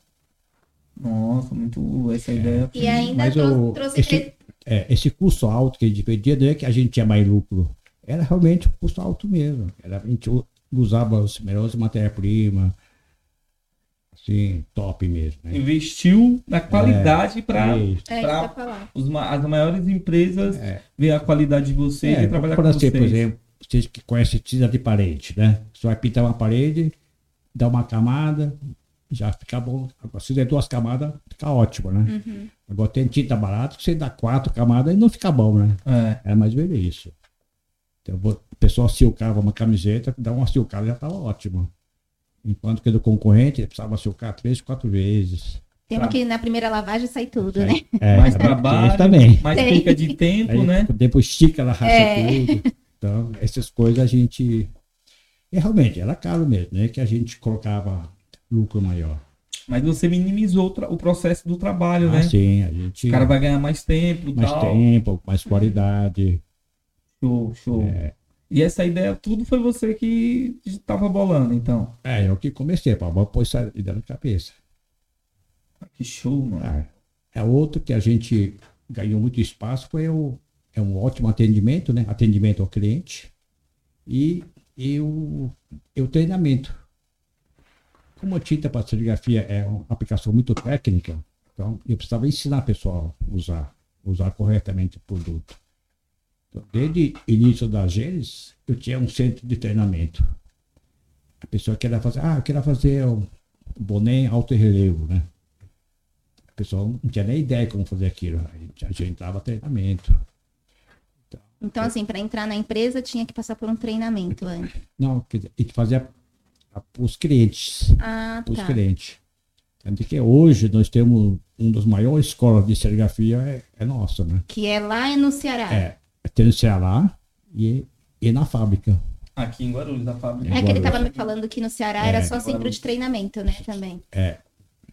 Speaker 1: Nossa, muito
Speaker 3: É.
Speaker 1: essa ideia.
Speaker 2: E ainda
Speaker 3: Mas
Speaker 2: trouxe,
Speaker 3: o-
Speaker 2: trouxe
Speaker 3: esse-
Speaker 2: cre-
Speaker 3: É, esse custo alto que a gente vendia não é que a gente tinha mais lucro. Era realmente um custo alto mesmo. Era, a gente u- usava as melhores matérias-primas, assim, top mesmo. Né?
Speaker 1: Investiu na qualidade para
Speaker 3: E-
Speaker 2: É isso que eu ia falar.
Speaker 1: os ma- as maiores empresas
Speaker 3: É.
Speaker 1: ver a qualidade de vocês
Speaker 3: É,
Speaker 1: e trabalhar com
Speaker 3: vamos falar assim,
Speaker 1: vocês.
Speaker 3: por exemplo, vocês que conhecem tinta de parede, né? Você vai pintar uma parede, dá uma camada, já fica bom. Agora, se der duas camadas, fica ótimo, né? Agora tem tinta barata que você dá quatro camadas e não fica bom, né?
Speaker 1: É.
Speaker 3: Era mais velho isso. Então, vo- o pessoal silcava uma camiseta, dá uma silcada já estava ótimo. Enquanto que do concorrente, ele precisava silcar três, quatro vezes.
Speaker 2: Tem uma que na primeira lavagem sai tudo, né?
Speaker 3: É,
Speaker 1: Mais
Speaker 3: era
Speaker 1: trabalho,
Speaker 3: também.
Speaker 1: mais
Speaker 2: Tem.
Speaker 1: perca de tempo,
Speaker 3: Aí,
Speaker 1: né?
Speaker 3: Depois estica, ela racha
Speaker 2: É.
Speaker 3: tudo. Então, essas coisas a é, gente. E realmente, era caro mesmo, né? Que a gente colocava lucro maior.
Speaker 1: Mas você minimizou o, tra- o processo do trabalho, né?
Speaker 3: Ah, sim, a gente.
Speaker 1: O cara vai ganhar mais tempo e
Speaker 3: mais
Speaker 1: tal.
Speaker 3: tempo, mais qualidade.
Speaker 1: Show, show.
Speaker 3: É.
Speaker 1: E essa ideia, tudo foi você que tava bolando, então.
Speaker 3: É, eu que comecei, pá, vou pôr essa ideia na cabeça.
Speaker 1: Que show, mano.
Speaker 3: Ah, É outro que a gente ganhou muito espaço, foi o, é um ótimo atendimento, né? Atendimento ao cliente e, e, o, e o treinamento. Como a tinta para serigrafia é uma aplicação muito técnica, então eu precisava ensinar o pessoal a usar, usar corretamente o produto. Então, desde o início das Gênesis, eu tinha um centro de treinamento. A pessoa queria fazer, ah, eu queria fazer o boné alto relevo, né? O pessoal não tinha nem ideia como fazer aquilo. Aí a gente dava treinamento.
Speaker 2: Então, assim, para entrar na empresa tinha que passar por um treinamento antes.
Speaker 3: Não, quer dizer, a gente fazia para os clientes.
Speaker 2: Ah,
Speaker 3: Para os
Speaker 2: tá.
Speaker 3: clientes. Tanto que hoje nós temos um dos maiores escolas de serigrafia é, é nossa, né?
Speaker 2: Que é lá no Ceará. É,
Speaker 3: É, tem no Ceará e, e na fábrica.
Speaker 1: Aqui em Guarulhos, na fábrica.
Speaker 2: É que ele
Speaker 3: Guarulhos.
Speaker 2: tava me falando que no Ceará
Speaker 3: É,
Speaker 2: era só centro
Speaker 1: Guarulhos.
Speaker 2: de treinamento, né, também.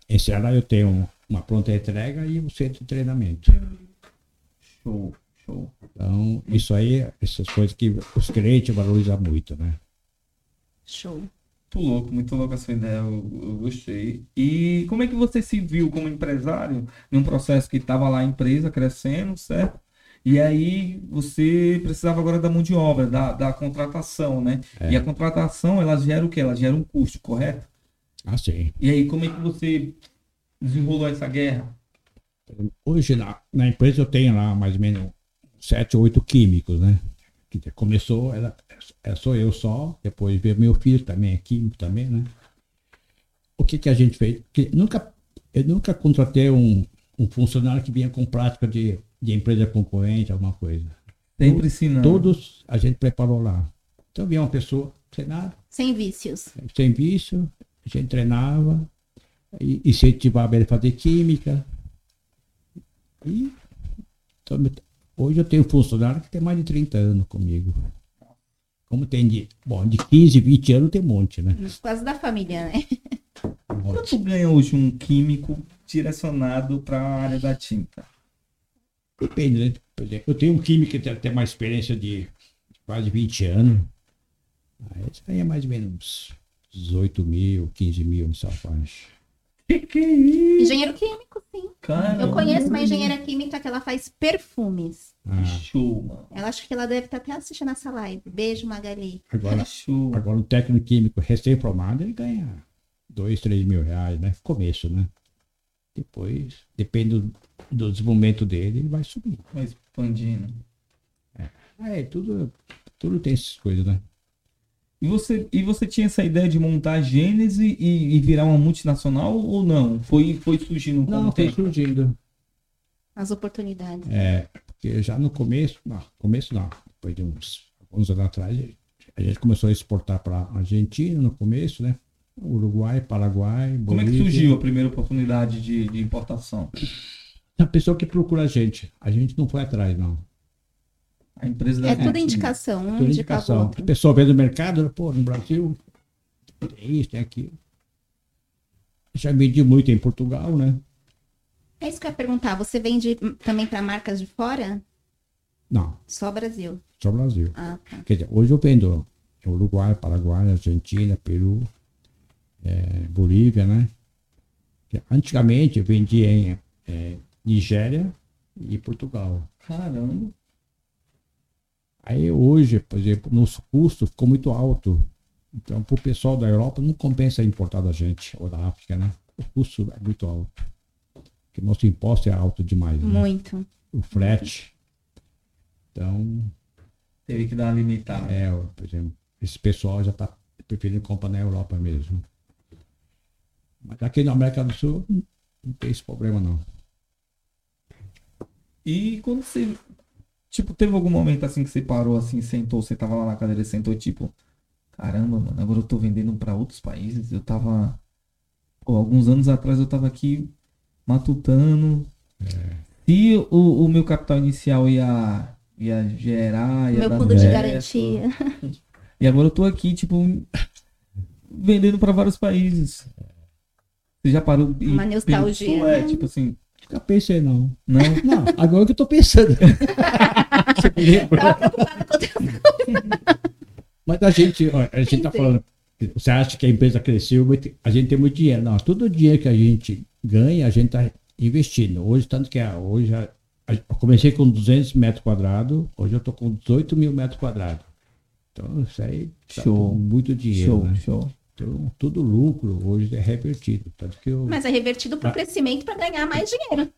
Speaker 3: Em Ceará eu tenho uma pronta entrega e um centro de treinamento.
Speaker 2: Uhum.
Speaker 1: Show, show.
Speaker 3: Então, isso aí, essas coisas que os clientes valorizam muito, né?
Speaker 2: Show.
Speaker 1: Muito louco, muito louco essa ideia, eu, eu gostei. E como é que você se viu como empresário num processo que estava lá a empresa crescendo, certo? E aí você precisava agora da mão de obra, da, da contratação, né?
Speaker 3: É.
Speaker 1: E a contratação, ela gera o quê? Ela gera um custo, correto?
Speaker 3: Ah, sim.
Speaker 1: E aí, como é que você desenrolou essa guerra?
Speaker 3: Hoje na, na empresa eu tenho lá mais ou menos sete ou oito químicos, né? Que te- começou, era, era só eu só, depois veio meu filho também, é químico também, né? O que que a gente fez? Que nunca, eu nunca contratei um, um funcionário que vinha com prática de, de empresa concorrente, alguma coisa.
Speaker 1: Sempre ensinando.
Speaker 3: Todos a gente preparou lá. Então vinha uma pessoa treinada,
Speaker 2: Sem vícios.
Speaker 3: sem vício, a gente treinava, e incentivava ele a fazer química. E então, hoje eu tenho um funcionário que tem mais de 30 anos comigo. Como tem de. Bom, de 15, 20 anos tem um monte, né?
Speaker 2: Quase da família, né?
Speaker 3: Um monte.
Speaker 1: Quanto ganha hoje um químico direcionado para a área da tinta?
Speaker 3: Depende, né? Por exemplo, eu tenho um químico que tem- tem uma experiência de quase 20 anos. Aí isso aí é mais ou menos uns 18 mil, 15 mil nessa faixa.
Speaker 1: Que que é isso,
Speaker 2: Engenheiro químico, sim.
Speaker 1: cara?
Speaker 2: Eu conheço uma engenheira química que ela faz perfumes.
Speaker 1: Que
Speaker 3: Ah,
Speaker 1: Show, mano.
Speaker 2: Eu acho que ela deve estar até assistindo essa live. Beijo, Magali.
Speaker 3: agora,
Speaker 1: Que Show.
Speaker 3: Agora, um técnico químico recém-formado, ele ganha dois, três mil reais, né? Começo, né? Depois, depende do, do desenvolvimento dele, ele vai subir.
Speaker 1: Vai expandindo.
Speaker 3: É, tudo, tudo tem essas coisas, né?
Speaker 1: E você, e você tinha essa ideia de montar a Gênese e, e virar uma multinacional ou não? Foi, foi surgindo um com o
Speaker 3: Não, foi
Speaker 1: tempo?
Speaker 3: surgindo.
Speaker 2: As oportunidades.
Speaker 3: É, porque já no começo, não, começo não, depois de uns alguns anos atrás, a gente começou a exportar para Argentina no começo, né? Uruguai, Paraguai, Bolívia.
Speaker 1: Como é que surgiu a primeira oportunidade de, de importação?
Speaker 3: A pessoa que procura a gente, a gente não foi atrás, não.
Speaker 1: A empresa da
Speaker 2: É tudo
Speaker 1: Argentina.
Speaker 2: indicação, um
Speaker 3: Tudo
Speaker 2: indicava o
Speaker 3: indicação.
Speaker 2: outro.
Speaker 3: O pessoal vê no mercado, pô, no Brasil, tem isso, tem aquilo. Já vendi muito em Portugal, né?
Speaker 2: É isso que eu ia perguntar. Você vende hum, também para marcas de fora?
Speaker 3: Não,
Speaker 2: Só Brasil.
Speaker 3: só Brasil.
Speaker 2: Ah, tá.
Speaker 3: Quer dizer, hoje eu vendo em Uruguai, Paraguai, Argentina, Peru, eh, Bolívia, né? Antigamente eu vendia em eh, Nigéria e Portugal.
Speaker 1: Caramba.
Speaker 3: Aí hoje, por exemplo, nosso custo ficou muito alto. Então, para o pessoal da Europa, não compensa importar da gente, ou da África, né? O custo é muito alto. Porque nosso imposto é alto demais, né?
Speaker 2: Muito.
Speaker 3: O frete. Então,
Speaker 1: Teve que dar uma limitada.
Speaker 3: é, ó, por exemplo, esse pessoal já está preferindo comprar na Europa mesmo. Mas aqui na América do Sul, não tem esse problema, não.
Speaker 1: E quando você. Tipo, teve algum momento assim que você parou, assim, sentou, você tava lá na cadeira e sentou, tipo, caramba, mano, agora eu tô vendendo pra outros países. Eu tava. Pô, alguns anos atrás eu tava aqui matutando. Se o, o meu capital inicial ia, ia gerar,
Speaker 3: é
Speaker 1: ia
Speaker 2: Meu
Speaker 1: dar
Speaker 2: fundo de
Speaker 1: certo,
Speaker 2: garantia.
Speaker 1: E agora eu tô aqui, tipo, vendendo pra vários países. Você já parou e
Speaker 2: Uma nostalgia,
Speaker 1: pensou, é,
Speaker 2: né?
Speaker 1: tipo assim,
Speaker 3: Nunca pensei, não.
Speaker 1: não?
Speaker 3: Não, agora é que eu tô pensando.
Speaker 2: Tava preocupada com outra coisa.
Speaker 3: Mas a gente, ó,
Speaker 4: A gente tá
Speaker 2: Entendi.
Speaker 4: falando.
Speaker 3: você acha que a empresa cresceu, mas a gente tem muito dinheiro. Não, todo o dinheiro que a gente ganha, a gente tá investindo. Hoje, tanto que é, hoje a- a- eu comecei com 200 metros quadrados, hoje eu tô com 18 mil metros quadrados. Então, isso aí tá
Speaker 1: Show.
Speaker 3: com muito dinheiro,
Speaker 1: show,
Speaker 3: né?
Speaker 1: show.
Speaker 3: Então, todo lucro hoje é revertido. Tanto que eu,
Speaker 2: Mas é revertido pro
Speaker 3: Ah.
Speaker 2: crescimento para ganhar mais dinheiro.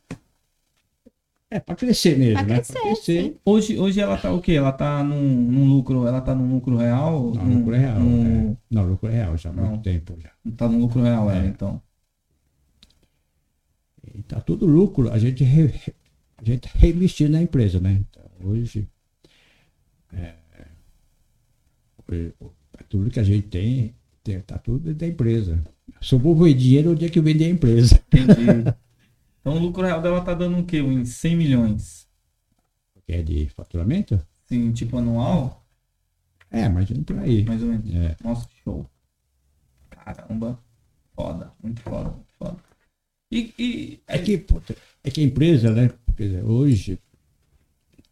Speaker 3: É para crescer mesmo,
Speaker 2: Pra
Speaker 3: né?
Speaker 2: crescer,
Speaker 3: Pra crescer.
Speaker 1: Hoje, hoje ela tá o quê? Ela tá num, num lucro, ela tá num lucro real?
Speaker 3: Não,
Speaker 1: Num-
Speaker 3: lucro é real.
Speaker 1: num-
Speaker 3: é. Não, lucro é real já há
Speaker 1: Hum, Não.
Speaker 3: muito tempo já.
Speaker 1: Tá num lucro real, ela,
Speaker 3: É.
Speaker 1: então.
Speaker 3: E tá tudo lucro, a gente, re, a gente reinvestir na empresa, né? Então, hoje, é, hoje, tudo que a gente tem, tem tá tudo dentro da empresa. Se eu vou ver dinheiro, onde é que eu vender a empresa?
Speaker 1: Entendi. então o lucro real dela tá dando o quê? Uns 100 milhões?
Speaker 3: É de faturamento?
Speaker 1: Sim, tipo anual?
Speaker 3: É, imagina por aí.
Speaker 1: Mais ou menos.
Speaker 3: É.
Speaker 1: Nossa, show. Caramba. Foda, muito foda, muito foda. E, e-
Speaker 3: É que, puta, é que a empresa, né? Quer dizer, hoje,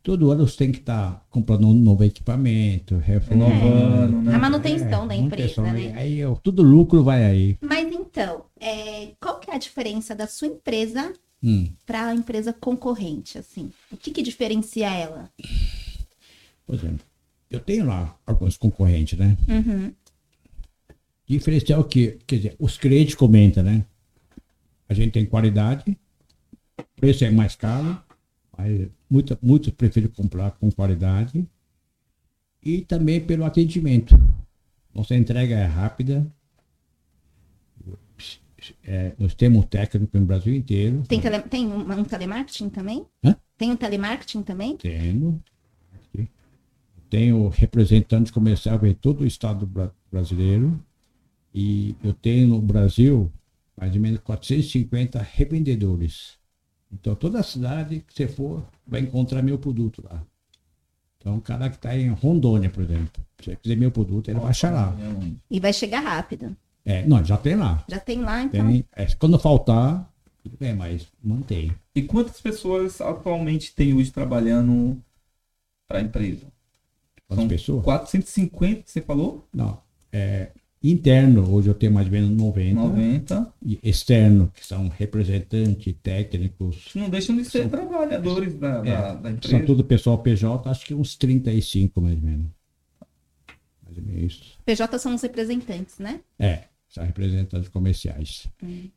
Speaker 3: todo ano você tem que estar comprando um novo equipamento, renovando.
Speaker 1: Renovando,
Speaker 2: A
Speaker 1: né?
Speaker 2: manutenção da empresa,
Speaker 3: É, manutenção,
Speaker 2: né?
Speaker 3: Aí, ó, tudo lucro vai aí.
Speaker 2: Mas então, é, qual que é a diferença da sua empresa
Speaker 3: Hum.
Speaker 2: para a empresa concorrente, assim? O que que diferencia ela?
Speaker 3: Por exemplo, é. eu tenho lá alguns concorrentes, né?
Speaker 2: Uhum.
Speaker 3: Diferencial que, quer dizer, os clientes comentam, né? A gente tem qualidade, o preço é mais caro, mas muita, muitos preferem comprar com qualidade e também pelo atendimento. Nossa entrega é rápida. É, nós temos técnico no Brasil inteiro.
Speaker 2: Tem, tele- tem um, um telemarketing também?
Speaker 3: Hã?
Speaker 2: Tem um telemarketing também?
Speaker 3: Temos. Tenho representantes comerciais em todo o estado bra- brasileiro. E eu tenho no Brasil mais ou menos 450 revendedores. Então, toda cidade que você for vai encontrar meu produto lá. Então, o cara que está em Rondônia, por exemplo, se ele quiser meu produto, ele vai achar lá.
Speaker 1: É
Speaker 2: E vai chegar rápido.
Speaker 3: É, não, já tem lá.
Speaker 2: Já tem lá, então.
Speaker 3: Tem, é, quando faltar, tudo bem, mas mantém.
Speaker 1: E quantas pessoas atualmente tem hoje trabalhando para a empresa?
Speaker 3: Quantas
Speaker 1: São
Speaker 3: pessoas?
Speaker 1: 450, você falou?
Speaker 3: Não. É, interno, hoje eu tenho mais ou menos 90.
Speaker 1: 90.
Speaker 3: e externo, que são representantes técnicos,
Speaker 1: Não deixam de ser
Speaker 3: São-
Speaker 1: trabalhadores da,
Speaker 3: É,
Speaker 1: da, da empresa.
Speaker 3: são tudo pessoal PJ, acho que uns 35 mais ou menos. Mais ou menos isso.
Speaker 2: PJ são os representantes, né?
Speaker 3: É, são representantes comerciais.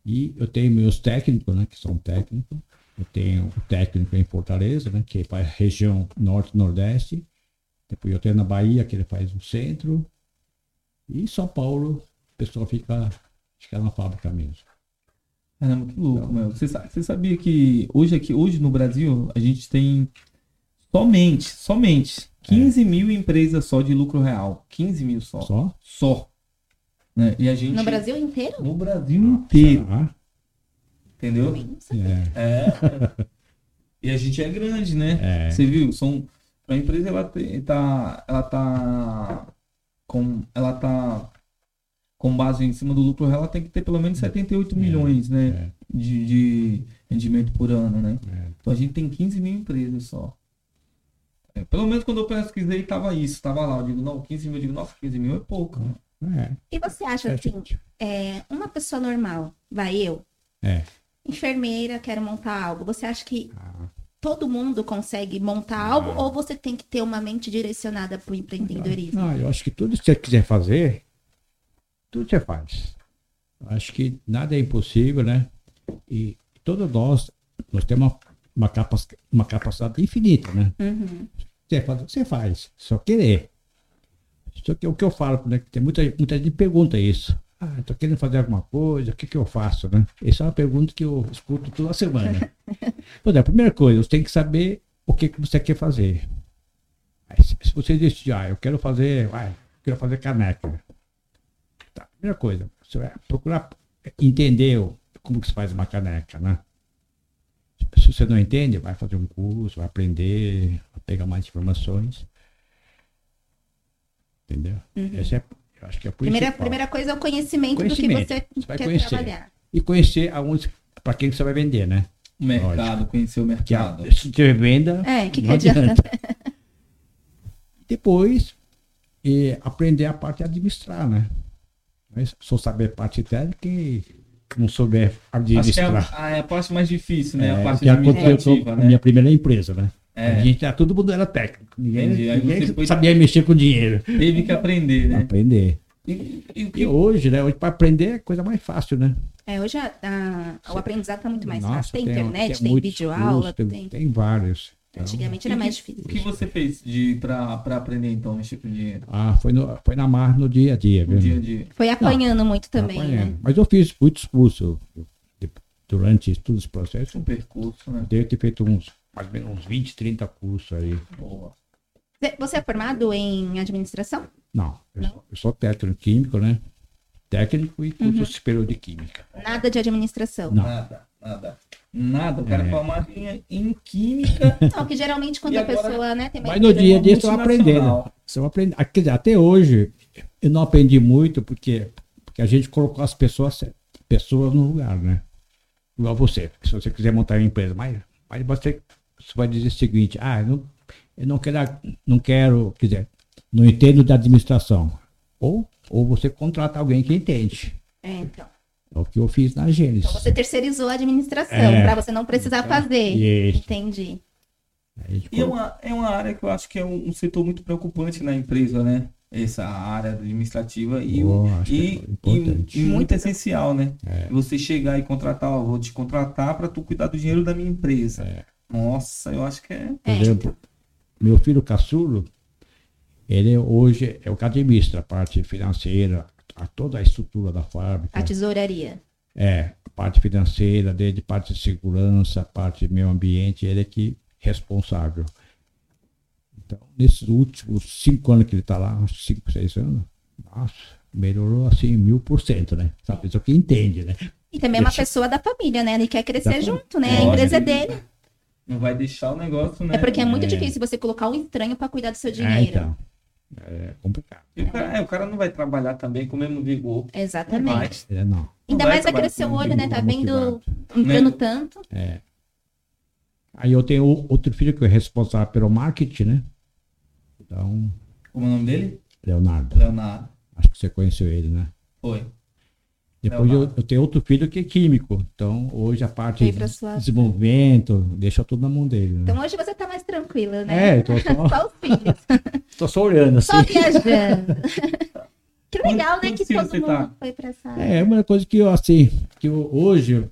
Speaker 3: E eu tenho meus técnicos, né, que são técnicos. Eu tenho o técnico em Fortaleza, né, que faz região norte e nordeste. Depois eu tenho na Bahia, que ele faz o centro. E em São Paulo, o pessoal fica, fica na fábrica mesmo.
Speaker 1: Caramba, que louco,
Speaker 3: Então.
Speaker 1: meu. Você, sa- você sabia que hoje aqui, hoje no Brasil, a gente tem somente, somente
Speaker 3: É.
Speaker 1: 15 mil empresas só de lucro real. 15 mil só. Só.
Speaker 3: Só?
Speaker 1: né? E a gente.
Speaker 2: No Brasil inteiro?
Speaker 1: No Brasil inteiro,
Speaker 3: Ah,
Speaker 1: entendeu?
Speaker 2: Não sei.
Speaker 3: é,
Speaker 1: É. E a gente é grande, né?
Speaker 3: é.
Speaker 1: Você viu? São a empresa ela te- tá ela tá com ela tá com base em cima do lucro real, ela tem que ter pelo menos 78
Speaker 3: É.
Speaker 1: milhões, né, de, de rendimento por ano, né?
Speaker 3: É.
Speaker 1: Então a gente tem 15 mil empresas só. É, pelo menos quando eu pesquisei tava isso, tava lá, eu digo, não, 15 mil, eu digo, nossa, 15 mil é pouco. né?
Speaker 3: É,
Speaker 2: E você acha assim, é, uma pessoa normal, vai eu,
Speaker 3: É.
Speaker 2: enfermeira, quero montar algo. Você acha que
Speaker 3: Ah.
Speaker 2: todo mundo consegue montar algo ou você tem que ter uma mente direcionada para o empreendedorismo?
Speaker 3: Não, Ah, eu acho que tudo que você quiser fazer, tudo você faz. Eu acho que nada é impossível, né? E todos nós, nós temos uma, uma, capac- uma capacidade infinita, né?
Speaker 2: Uhum.
Speaker 3: Você faz o que você faz, só querer. Só que o que eu falo, né? que Tem muita, muita gente pergunta isso. Ah, estou querendo fazer alguma coisa, o que, que eu faço, né? Essa é uma pergunta que eu escuto toda semana. Pois é, a primeira coisa, você tem que saber o que, que você quer fazer. Aí, se se você decidir, ah, eu quero fazer, ah, eu quero fazer caneca. Tá, primeira coisa, você vai procurar entender o- como que se faz uma caneca, né? Se você não entende, vai fazer um curso, vai aprender, vai pegar mais informações. Entendeu? Essa é, eu acho que é a
Speaker 2: Primeira,
Speaker 3: principal.
Speaker 2: Uhum. primeira coisa é o conhecimento, do que
Speaker 3: Conhecimento.
Speaker 2: você,
Speaker 3: Você vai
Speaker 2: quer
Speaker 3: conhecer.
Speaker 2: trabalhar.
Speaker 3: e conhecer aonde para quem você vai vender, né?
Speaker 1: O mercado, conhecer o
Speaker 3: Que a,
Speaker 1: mercado.
Speaker 3: se tiver venda,
Speaker 2: É, que que
Speaker 3: não
Speaker 2: adianta?
Speaker 3: Depois, eh, aprender a parte de administrar, né? Mas só saber parte técnica e não souber
Speaker 1: Acho que é
Speaker 3: administrar.
Speaker 1: a, a parte mais difícil, né?
Speaker 3: É,
Speaker 1: a
Speaker 3: o
Speaker 1: parte
Speaker 3: que aconteceu
Speaker 1: administrativa,
Speaker 3: com a
Speaker 1: né?
Speaker 3: minha primeira empresa, né? A
Speaker 1: É,
Speaker 3: gente, era- todo mundo era técnico. Ninguém,
Speaker 1: Entendi. Aí
Speaker 3: ninguém
Speaker 1: você foi-
Speaker 3: sabia mexer com dinheiro.
Speaker 1: teve que aprender, né?
Speaker 3: Aprender.
Speaker 1: E, e o
Speaker 3: E
Speaker 1: que
Speaker 3: hoje, né? Hoje, para aprender é coisa mais fácil, né?
Speaker 2: É, hoje a- a- o aprendizado tá muito mais
Speaker 3: Nossa,
Speaker 2: fácil. Tem, internet,
Speaker 3: tem
Speaker 2: tem,
Speaker 3: muitos
Speaker 2: videoaula,
Speaker 3: cursos, tem,
Speaker 2: tem...
Speaker 3: tem vários. Então,
Speaker 2: Antigamente
Speaker 1: E
Speaker 2: era
Speaker 1: que-
Speaker 2: mais
Speaker 1: o
Speaker 2: difícil.
Speaker 1: que você fez de, pra, pra aprender então mexer com dinheiro?
Speaker 3: ah, foi, no, foi na marra no dia a dia,
Speaker 1: No
Speaker 3: viu?
Speaker 1: um dia a dia.
Speaker 2: Foi apanhando muito também,
Speaker 3: tá Apanhando.
Speaker 2: né?
Speaker 3: Mas eu fiz muitos cursos eu- de- durante todos os processos.
Speaker 1: Um percurso, né?
Speaker 3: Eu devo ter feito uns, mais ou menos uns 20, 30 cursos aí.
Speaker 1: Boa.
Speaker 2: Você- Você é formado em administração?
Speaker 3: Não, eu, Sou, eu sou técnico químico, né? Técnico e
Speaker 2: Uhum.
Speaker 3: curso superior de química.
Speaker 2: Nada de administração.
Speaker 3: Não.
Speaker 1: Nada, nada. Nada. O cara é
Speaker 3: É.
Speaker 1: formado em, em química.
Speaker 2: Não, Então, que geralmente quando
Speaker 1: E
Speaker 2: a
Speaker 1: agora-
Speaker 2: pessoa, né, tem
Speaker 3: Mas no
Speaker 1: Era
Speaker 3: dia a
Speaker 1: uma
Speaker 3: dia você vai aprendendo.
Speaker 1: multinacional.
Speaker 3: Você vai aprender. Ah, quer dizer, até hoje eu não aprendi muito porque, porque a gente colocou as pessoas, cer- pessoas no lugar, né? Igual você. Se você quiser montar uma empresa, mas, mas você, você vai dizer o seguinte, ah, eu não, eu não quero, a- não quero, quer dizer, não entendo da administração. Ou, ou você contrata alguém que entende.
Speaker 2: É, então.
Speaker 3: É o que eu fiz na Gênesis.
Speaker 2: Então você terceirizou a administração
Speaker 3: É.
Speaker 2: pra você não precisar fazer.
Speaker 3: Isso.
Speaker 2: Entendi.
Speaker 3: A gente
Speaker 1: E é
Speaker 3: colocou-
Speaker 1: uma, é uma área que eu acho que é um, um setor muito preocupante na empresa, né? Essa área administrativa e, o-
Speaker 3: Eu acho
Speaker 1: e,
Speaker 3: que é
Speaker 1: e,
Speaker 3: importante. É.
Speaker 1: e muito essencial, né? Você chegar e contratar, ó, vou te contratar para tu cuidar do dinheiro da minha empresa.
Speaker 3: É.
Speaker 1: Nossa, eu acho que é.
Speaker 3: Por
Speaker 2: É,
Speaker 3: exemplo, meu filho caçulo, ele hoje é o que administra a parte financeira, a toda a estrutura da fábrica.
Speaker 2: A tesouraria.
Speaker 3: É, a parte financeira, desde parte de segurança, parte de meio ambiente, ele é que é responsável. Então, nesses últimos cinco anos que ele está lá, uns cinco, seis anos, nossa, melhorou assim mil por cento, né? Essa pessoa que entende, né?
Speaker 2: E também é uma
Speaker 3: Deixa-
Speaker 2: pessoa da família, né? Ele quer crescer
Speaker 3: Da fam-
Speaker 2: junto, né? A
Speaker 1: Lógico.
Speaker 2: empresa é dele.
Speaker 1: Não vai deixar o negócio, né?
Speaker 2: É porque é muito
Speaker 3: É.
Speaker 2: difícil você colocar um estranho pra cuidar do seu
Speaker 3: É,
Speaker 2: dinheiro.
Speaker 3: então, é complicado.
Speaker 1: E o, cara, é, o cara não vai trabalhar também com o mesmo vigor.
Speaker 2: Exatamente.
Speaker 1: Vai.
Speaker 3: É, não.
Speaker 2: Ainda
Speaker 1: Vai
Speaker 2: mais vai
Speaker 1: trabalhar
Speaker 2: crescer o
Speaker 1: com
Speaker 2: olho, né?
Speaker 3: um
Speaker 2: Tá
Speaker 3: motivado.
Speaker 2: vendo
Speaker 1: né?
Speaker 2: entrando tanto.
Speaker 3: Aí eu tenho o- outro filho que é responsável pelo marketing, né? Então,
Speaker 1: Como é o nome dele?
Speaker 3: Leonardo,
Speaker 1: Leonardo.
Speaker 3: acho que você conheceu ele, né?
Speaker 1: Foi.
Speaker 3: Depois eu,
Speaker 1: Leonardo.
Speaker 3: eu tenho outro filho que é químico. Então, hoje a parte
Speaker 2: Veio
Speaker 3: de
Speaker 2: pra sua-
Speaker 3: desenvolvimento, deixa tudo na mão dele. Né?
Speaker 2: Então hoje você tá mais tranquila, né?
Speaker 3: é, eu tô só,
Speaker 2: Só os filhos.
Speaker 3: tô só olhando assim.
Speaker 2: Só viajando. que legal, né?
Speaker 1: Quantos
Speaker 2: Que
Speaker 1: filhos
Speaker 2: todo
Speaker 1: você
Speaker 2: mundo
Speaker 1: tá?
Speaker 2: foi pra essa área.
Speaker 3: É uma coisa que eu, assim, que eu, hoje eu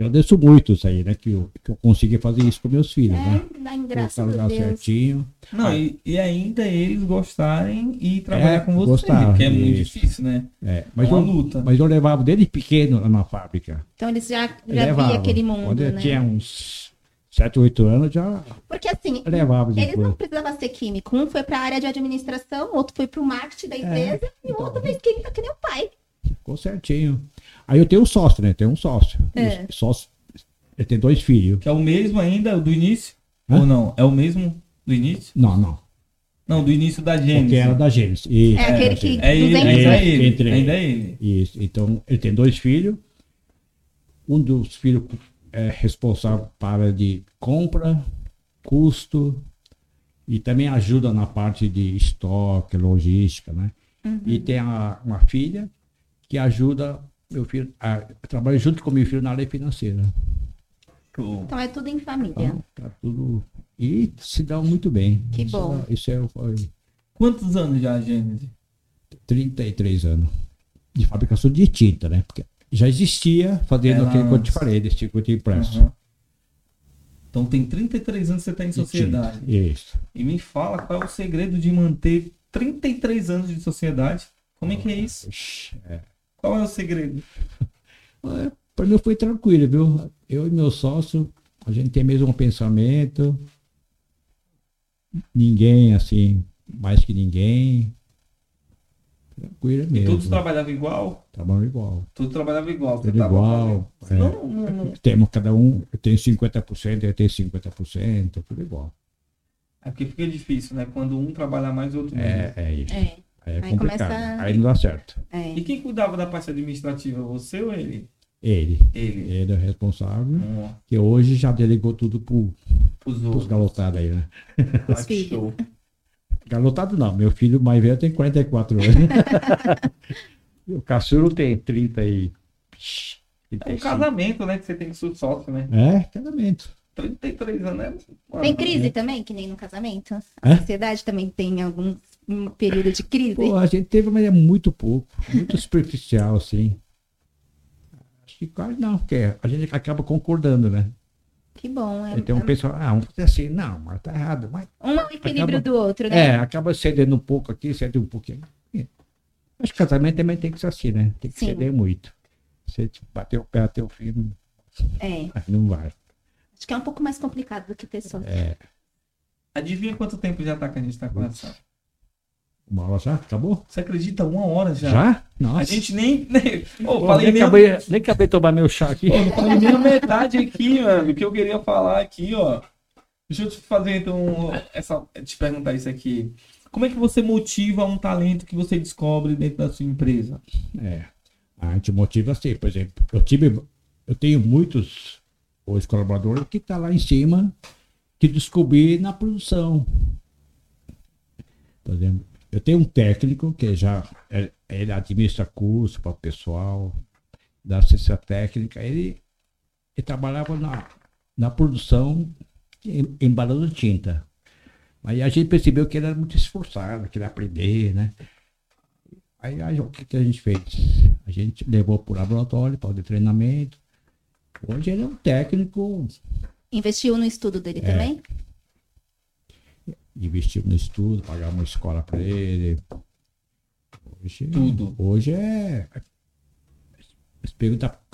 Speaker 3: agradeço muito isso aí, né? Que eu, que eu consegui fazer isso com meus filhos, né?
Speaker 2: É, dá em graças
Speaker 3: Colocar
Speaker 2: a
Speaker 3: o lugar
Speaker 2: Deus.
Speaker 3: certinho.
Speaker 1: Não, e, e ainda eles gostarem e trabalhar
Speaker 3: É,
Speaker 1: com você,
Speaker 3: gostaram,
Speaker 1: que é muito
Speaker 3: isso.
Speaker 1: difícil, né?
Speaker 3: É, mas,
Speaker 1: é uma
Speaker 3: eu,
Speaker 1: luta.
Speaker 3: mas eu levava desde pequeno lá na fábrica.
Speaker 2: Então eles já,
Speaker 3: Eu
Speaker 2: já
Speaker 3: levava.
Speaker 2: via aquele mundo,
Speaker 3: Quando eu
Speaker 2: né?
Speaker 3: tinha uns 7, 8 anos, já
Speaker 2: Porque assim,
Speaker 3: levava
Speaker 2: eles
Speaker 3: depois.
Speaker 2: não precisavam ser químico. Um foi pra área de administração, outro foi pro marketing da
Speaker 3: É,
Speaker 2: empresa e
Speaker 3: então.
Speaker 2: o outro fez química que nem o pai.
Speaker 3: Ficou certinho. Aí eu tenho um sócio, né? Tenho um sócio.
Speaker 2: É.
Speaker 3: E o sócio ele tem dois filhos.
Speaker 1: Que é o mesmo ainda do início?
Speaker 3: Hã?
Speaker 1: Ou não? É o mesmo do início?
Speaker 3: Não, não.
Speaker 1: Não, do início da
Speaker 3: Porque era
Speaker 1: Gênesis.
Speaker 3: da Gênesis. E,
Speaker 2: É aquele que
Speaker 1: É ele,
Speaker 2: duzentos-
Speaker 1: ainda é
Speaker 3: É,
Speaker 1: ele.
Speaker 3: entre-
Speaker 1: Ainda é ele.
Speaker 3: Isso. Então, ele tem dois filhos. Um dos filhos é responsável para de compra, custo e também ajuda na parte de estoque, logística, né?
Speaker 2: Uhum.
Speaker 3: E tem a- uma filha que ajuda meu filho, a, trabalha junto com meu filho na área financeira.
Speaker 1: Show.
Speaker 2: Então é tudo em família.
Speaker 3: Então, tá tudo. E se dão muito bem.
Speaker 2: Que
Speaker 3: Isso
Speaker 2: bom.
Speaker 3: é- Isso é, foi
Speaker 1: Quantos anos já, Gênesis?
Speaker 3: 33 anos de fabricação de tinta, né? Porque já existia fazendo
Speaker 1: Era
Speaker 3: aquilo que eu te
Speaker 1: É antes. Uhum.
Speaker 3: falei, desse circuito impresso.
Speaker 1: Aham. Então tem 33 anos que você está em
Speaker 3: De
Speaker 1: sociedade.
Speaker 3: tinta. Isso.
Speaker 1: E me fala qual é o segredo de manter 33 anos de sociedade. Como é que é isso?
Speaker 3: Ixi, É.
Speaker 1: Qual é o segredo?
Speaker 3: Para mim foi tranquilo, viu? Eu e meu sócio, a gente tem mesmo um pensamento. Ninguém, assim, mais que ninguém. Tranquilo mesmo.
Speaker 1: Todos Tá trabalhavam igual?
Speaker 3: Trabalham igual.
Speaker 1: Todos trabalhavam igual.
Speaker 3: né? Tudo igual.
Speaker 1: Você
Speaker 3: é.
Speaker 1: Não, não, não.
Speaker 3: Temos cada um, eu tenho 50%, eu tenho 50%, tudo igual.
Speaker 1: É porque fica difícil, né? Quando um trabalha mais, o outro menos.
Speaker 3: É, é isso.
Speaker 2: É.
Speaker 3: Aí é
Speaker 2: Aí
Speaker 3: complicado.
Speaker 2: começa-
Speaker 3: Aí não dá certo.
Speaker 2: é.
Speaker 1: E quem cuidava da parte administrativa? Você ou ele?
Speaker 3: Ele.
Speaker 1: Ele.
Speaker 3: Ele é o responsável,
Speaker 1: Ó,
Speaker 3: que hoje já delegou tudo pro,
Speaker 1: Os
Speaker 3: pros
Speaker 1: outros.
Speaker 3: galotados aí, né?
Speaker 1: Ah,
Speaker 2: Os
Speaker 1: que
Speaker 2: filhos.
Speaker 1: show.
Speaker 3: Galotado não, meu filho mais velho tem 44 anos. E o caçulo tem 30 e...
Speaker 1: É um
Speaker 3: 35.
Speaker 1: casamento, né? Que você tem que ser sócio, né?
Speaker 3: É, casamento.
Speaker 1: 33 anos é. muito-
Speaker 2: Tem crise também, que nem no casamento? A
Speaker 3: Hã?
Speaker 2: sociedade também tem algum um período de crise?
Speaker 3: Pô, a gente teve, mas é muito pouco, muito superficial, assim. Acho que quase não, porque a gente acaba concordando, né?
Speaker 2: Que bom. É,
Speaker 3: Aí tem um pessoal, ah, vamos fazer assim, não, mas tá errado. Mas...
Speaker 2: um é o equilíbrio
Speaker 3: acaba-
Speaker 2: do outro, né?
Speaker 3: É, acaba cedendo um pouco aqui, cede um pouquinho. Acho que casamento também tem que ser assim, né? Tem que
Speaker 2: Sim.
Speaker 3: ceder muito. Você tipo, bater o pé até o fim, não-
Speaker 2: É.
Speaker 3: aí não vai.
Speaker 2: Acho que é um pouco mais complicado do que ter só.
Speaker 3: É.
Speaker 1: Adivinha quanto tempo já tá que a gente tá conversando?
Speaker 3: Uma hora já? Acabou?
Speaker 1: Você acredita? Uma hora já.
Speaker 3: Já? Nossa.
Speaker 1: A gente nem. nem... Ô,
Speaker 3: Pô,
Speaker 1: falei
Speaker 3: nem,
Speaker 1: nem.
Speaker 3: acabei, nem acabei de tomar meu chá aqui.
Speaker 1: Pô, não falei nem a metade aqui, mano. O que eu queria falar aqui, ó. Deixa eu te fazer, então, essa, te perguntar isso aqui. Como é que você motiva um talento que você descobre dentro da sua empresa?
Speaker 3: É. A gente motiva assim, por exemplo, eu tive, eu tenho muitos hoje colaboradores que tá lá em cima que descobri na produção. Por exemplo, eu tenho um técnico que já é- ele administra curso para o pessoal, dá assistência técnica, ele, ele trabalhava na, na produção em- embalando tinta. Aí a gente percebeu que ele era muito esforçado, queria aprender, né? Aí, aí, o que, que a gente fez? A gente levou para o laboratório, para o treinamento. Hoje ele é um técnico,
Speaker 2: Investiu no estudo
Speaker 3: É.
Speaker 2: dele também?
Speaker 3: investiu no estudo, pagava uma escola para ele. Hoje,
Speaker 1: Tudo.
Speaker 3: Hoje é. é Perguntar,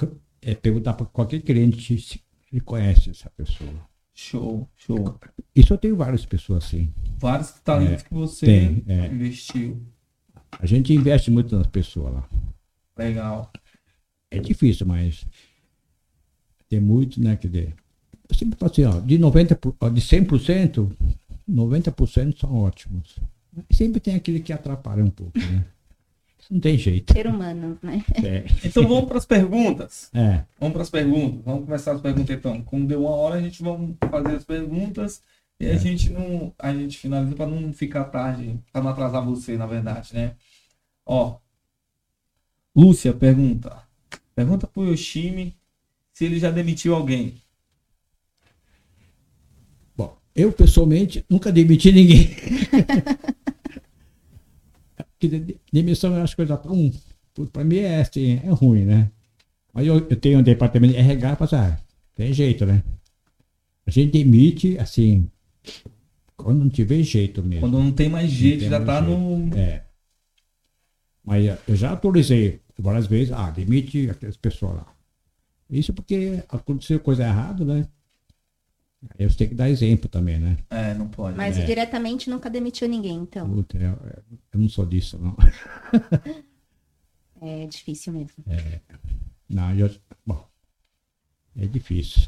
Speaker 3: é perguntar para qualquer cliente se ele conhece essa pessoa.
Speaker 1: Show, show.
Speaker 3: Isso eu tenho várias pessoas assim.
Speaker 1: Vários talentos que você
Speaker 3: tem, é.
Speaker 1: investiu.
Speaker 3: A gente investe muito nas pessoas lá.
Speaker 1: Legal.
Speaker 3: É difícil, mas tem muito, né? Quer dizer, eu sempre falo assim, ó, de 90%, por- ó, de 100%, 90% são ótimos. Mas Sempre tem aquele que atrapalha um pouco, né? Isso não tem jeito.
Speaker 2: Ser humano, né?
Speaker 3: É.
Speaker 1: Então vamos para as perguntas.
Speaker 3: É.
Speaker 1: Vamos para as perguntas. Vamos começar as perguntas então. Como deu uma hora, a gente vamos fazer as perguntas e
Speaker 3: É.
Speaker 1: a gente não, a gente finaliza para não ficar tarde, para não atrasar você, na verdade, né? Ó, Lúcia pergunta, pergunta pro Yoshimi se ele já demitiu alguém.
Speaker 3: Bom, eu pessoalmente nunca demiti ninguém. Porque de- demissão eu acho coisa tão. Para mim é, assim, é ruim, né? Mas eu, eu tenho um departamento de RH para ah, tem jeito, né? A gente demite assim. Quando não tiver jeito mesmo.
Speaker 1: Quando não tem mais jeito,
Speaker 3: tem
Speaker 1: já
Speaker 3: mais
Speaker 1: tá
Speaker 3: jeito.
Speaker 1: no
Speaker 3: É. Mas eh, eu já autorizei várias vezes, ah, demite aquelas pessoas lá. Isso porque aconteceu coisa errada, né? Aí você tem que dar exemplo também, né?
Speaker 1: é, não pode.
Speaker 2: Mas
Speaker 3: É.
Speaker 2: diretamente nunca demitiu ninguém, então.
Speaker 3: Puta, eu, eu não sou disso, não.
Speaker 2: É difícil mesmo.
Speaker 3: Não, eu, bom, é difícil.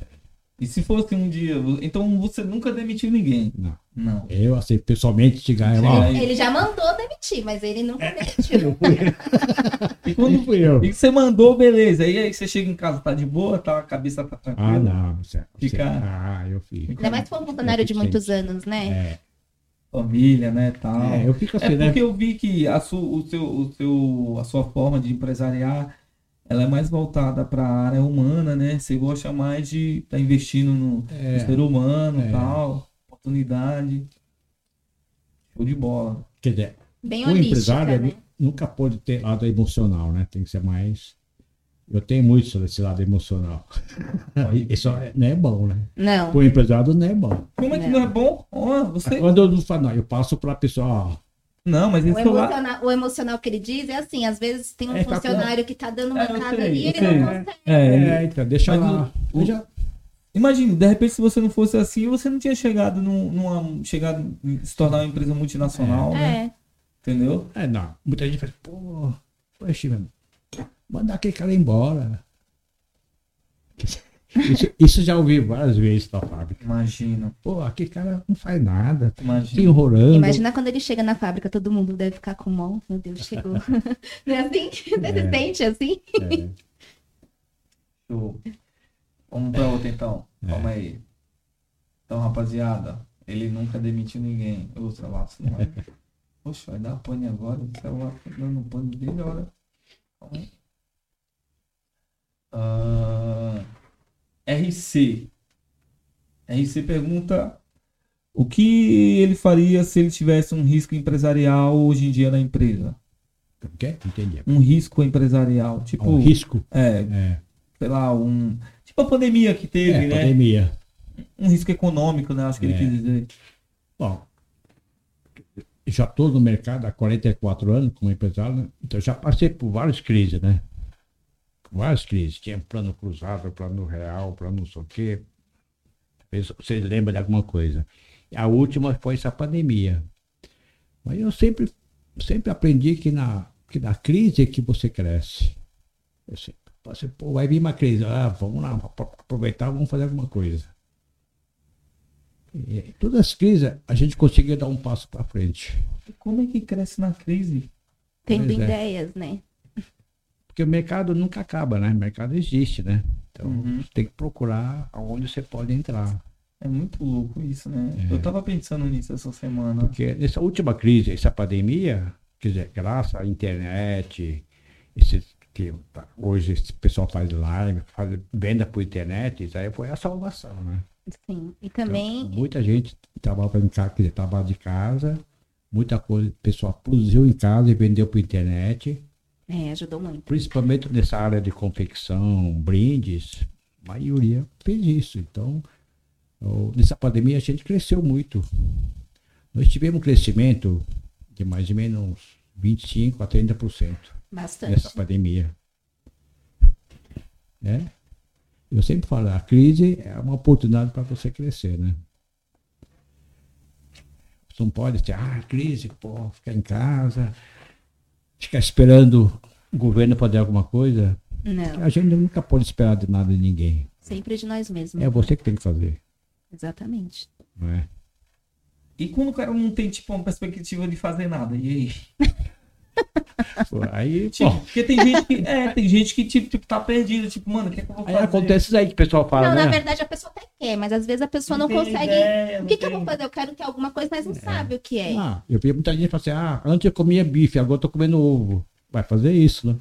Speaker 1: E se fosse um dia, então você nunca demitiu ninguém?
Speaker 3: Não.
Speaker 1: Não.
Speaker 3: Eu, assim, pessoalmente, chegar e
Speaker 1: Chegar
Speaker 3: ó,
Speaker 1: aí-
Speaker 2: Ele já mandou demitir, mas ele
Speaker 3: É.
Speaker 2: nunca demitiu.
Speaker 1: E quando
Speaker 3: não fui eu.
Speaker 1: E que você mandou, beleza. E aí você chega em casa, tá de boa, tá, a cabeça tá
Speaker 3: Ah,
Speaker 1: tranquila.
Speaker 3: não, isso é- isso é-
Speaker 1: Fica-
Speaker 3: Ah, eu fico.
Speaker 2: Ainda mais se for um funcionário de muitos anos, né?
Speaker 3: É,
Speaker 1: Família, né, tal.
Speaker 3: é, eu fico
Speaker 1: É
Speaker 3: assim, né?
Speaker 1: porque eu vi que a, su- o seu, o seu, a sua forma de empresariar, ela é mais voltada para a área humana, né? Você gosta mais de estar investindo no, no
Speaker 3: É,
Speaker 1: ser humano,
Speaker 3: É.
Speaker 1: tal, oportunidade. Show de bola.
Speaker 3: quer dizer,
Speaker 2: Bem
Speaker 3: o
Speaker 2: holística,
Speaker 3: Um empresário é
Speaker 2: né?
Speaker 3: nunca pode ter lado emocional, né? Tem que ser mais. Eu tenho muito sobre esse lado emocional. Isso não é bom, né?
Speaker 2: Não.
Speaker 3: Para o empresário não é bom.
Speaker 1: Como é que
Speaker 2: Não.
Speaker 1: não é bom? Ó, você...
Speaker 3: Quando eu não falo, não, eu passo para a pessoa, ó,
Speaker 1: Não, mas
Speaker 2: O
Speaker 1: esse lado...
Speaker 2: emocional, o emocional que ele diz é assim, às vezes tem um
Speaker 3: É, tá com-
Speaker 2: funcionário que tá dando uma
Speaker 1: É, eu
Speaker 2: casa
Speaker 1: sei,
Speaker 2: ali e
Speaker 1: eu
Speaker 2: ele
Speaker 1: sei.
Speaker 2: não consegue.
Speaker 1: É,
Speaker 3: é, então, deixa
Speaker 1: Mas
Speaker 3: lá.
Speaker 1: o- o-
Speaker 3: Eu já-
Speaker 1: Imagina, de repente, se você não fosse assim, você não tinha chegado num- numa. chegado em se tornar uma empresa multinacional, né?
Speaker 2: É.
Speaker 1: Entendeu?
Speaker 3: É, não. Muita gente faz, pô, poxa, mano, mandar aquele cara embora. Isso, isso já ouvi várias vezes na fábrica.
Speaker 1: Imagino,
Speaker 3: Pô, aquele cara não faz nada, tá se
Speaker 1: imagino.
Speaker 3: enrolando.
Speaker 2: Imagina quando ele chega na fábrica, todo mundo deve ficar com mão.
Speaker 3: É.
Speaker 2: Meu Deus, chegou. não é assim? Você se sente assim?
Speaker 1: Show. Vamos pra outra então. Calma aí. Então, rapaziada, ele nunca demitiu ninguém. Ô, celular, celular. Poxa, vai dar pane agora. O celular tá dando pane desde a hora. Calma aí. Ah, RC. RC pergunta o que ele faria se ele tivesse um risco empresarial hoje em dia na empresa.
Speaker 3: Como que é? Entendi.
Speaker 1: Um risco empresarial.
Speaker 3: É
Speaker 1: Tipo,
Speaker 3: um risco.
Speaker 1: é,
Speaker 3: É,
Speaker 1: sei lá, um. Tipo a pandemia que teve,
Speaker 3: é
Speaker 1: né?
Speaker 3: pandemia.
Speaker 1: Um risco econômico, né? Acho que ele
Speaker 3: É.
Speaker 1: quis dizer.
Speaker 3: Bom, já estou no mercado há 44 anos como empresário, né? então já passei por várias crises, né? Várias crises. Tinha plano cruzado, plano real, plano não sei o quê. Talvez Vocês lembram de alguma coisa. A última foi essa pandemia. Mas eu sempre, sempre aprendi que na, que na crise é que você cresce. Eu sempre, você, pô, vai vir uma crise. Ah, vamos lá, apro- aproveitar, vamos fazer alguma coisa. E todas as crises a gente conseguia dar um passo para frente.
Speaker 1: E como é que cresce na crise?
Speaker 2: Tendo
Speaker 3: Pois é.
Speaker 2: ideias, né?
Speaker 3: Porque o mercado nunca acaba, né? O mercado existe, né? Então
Speaker 1: Uhum.
Speaker 3: você tem que procurar aonde você pode entrar.
Speaker 1: É muito louco isso, né?
Speaker 3: É.
Speaker 1: Eu tava pensando nisso essa semana.
Speaker 3: Porque nessa última crise, essa pandemia, quer dizer, graças à internet, esse, que tá- hoje esse pessoal faz live, faz venda por internet, isso aí foi a salvação, né?
Speaker 2: Sim. E
Speaker 3: Então,
Speaker 2: também
Speaker 3: muita gente trabalhava em casa, quer dizer, trabalhava de casa, muita coisa, o pessoal produziu em casa e vendeu por internet.
Speaker 2: é, ajudou muito.
Speaker 3: principalmente nessa área de confecção, brindes, a maioria fez isso. Então, o- nessa pandemia a gente cresceu muito. Nós tivemos um crescimento de mais ou menos 25 a 30%
Speaker 2: Bastante.
Speaker 3: nessa pandemia. Né? Eu sempre falo, a crise é uma oportunidade para você crescer, né? Você não pode ser, ah, crise, pô, ficar em casa, ficar esperando o governo fazer alguma coisa.
Speaker 2: Não,
Speaker 3: A gente nunca pode esperar de nada de ninguém.
Speaker 2: sempre de nós mesmos.
Speaker 3: É você que tem que fazer,
Speaker 2: Exatamente.
Speaker 3: não é?
Speaker 1: E quando o cara não tem, tipo, uma perspectiva de fazer nada? E aí?
Speaker 3: Pô, Aí,
Speaker 1: Tipo,
Speaker 3: bom,
Speaker 1: porque tem gente que. É, tem gente que, tipo, tipo, tá perdida. Tipo, mano, o que é que eu vou
Speaker 3: aí
Speaker 1: fazer?
Speaker 3: acontece isso aí que o pessoal fala,
Speaker 2: não,
Speaker 3: né?
Speaker 2: na verdade a pessoa até quer, mas às vezes a pessoa não,
Speaker 1: tem
Speaker 2: consegue.
Speaker 1: ideia,
Speaker 2: o
Speaker 1: não
Speaker 2: que, que eu
Speaker 1: tem-
Speaker 2: vou fazer? Eu quero ter alguma coisa, mas não sabe o que é.
Speaker 3: Ah, eu vi muita gente falar assim, ah, antes eu comia bife, agora eu tô comendo ovo. Vai fazer isso, né?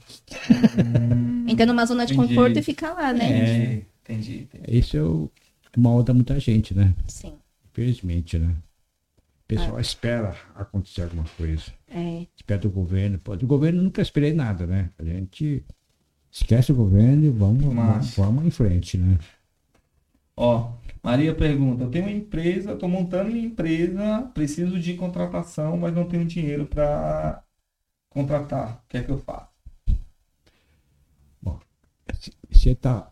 Speaker 2: Entra numa zona de
Speaker 1: Entendi.
Speaker 2: conforto e fica lá,
Speaker 3: É.
Speaker 2: né?
Speaker 1: É, Entendi, entendi, entendi.
Speaker 3: Esse é o mal da muita gente, né?
Speaker 2: Sim.
Speaker 3: Infelizmente, né? O
Speaker 1: É.
Speaker 3: pessoal espera acontecer alguma coisa.
Speaker 2: É.
Speaker 3: Espera do governo. Pô, do governo eu nunca esperei nada, né? A gente esquece o governo e vamos,
Speaker 1: Mas-
Speaker 3: vamos, vamos em frente, né?
Speaker 1: Ó, Maria pergunta: Eu tenho uma empresa, tô montando minha empresa, preciso de contratação, mas não tenho dinheiro pra contratar. O que é que eu faço?
Speaker 3: Se- Você está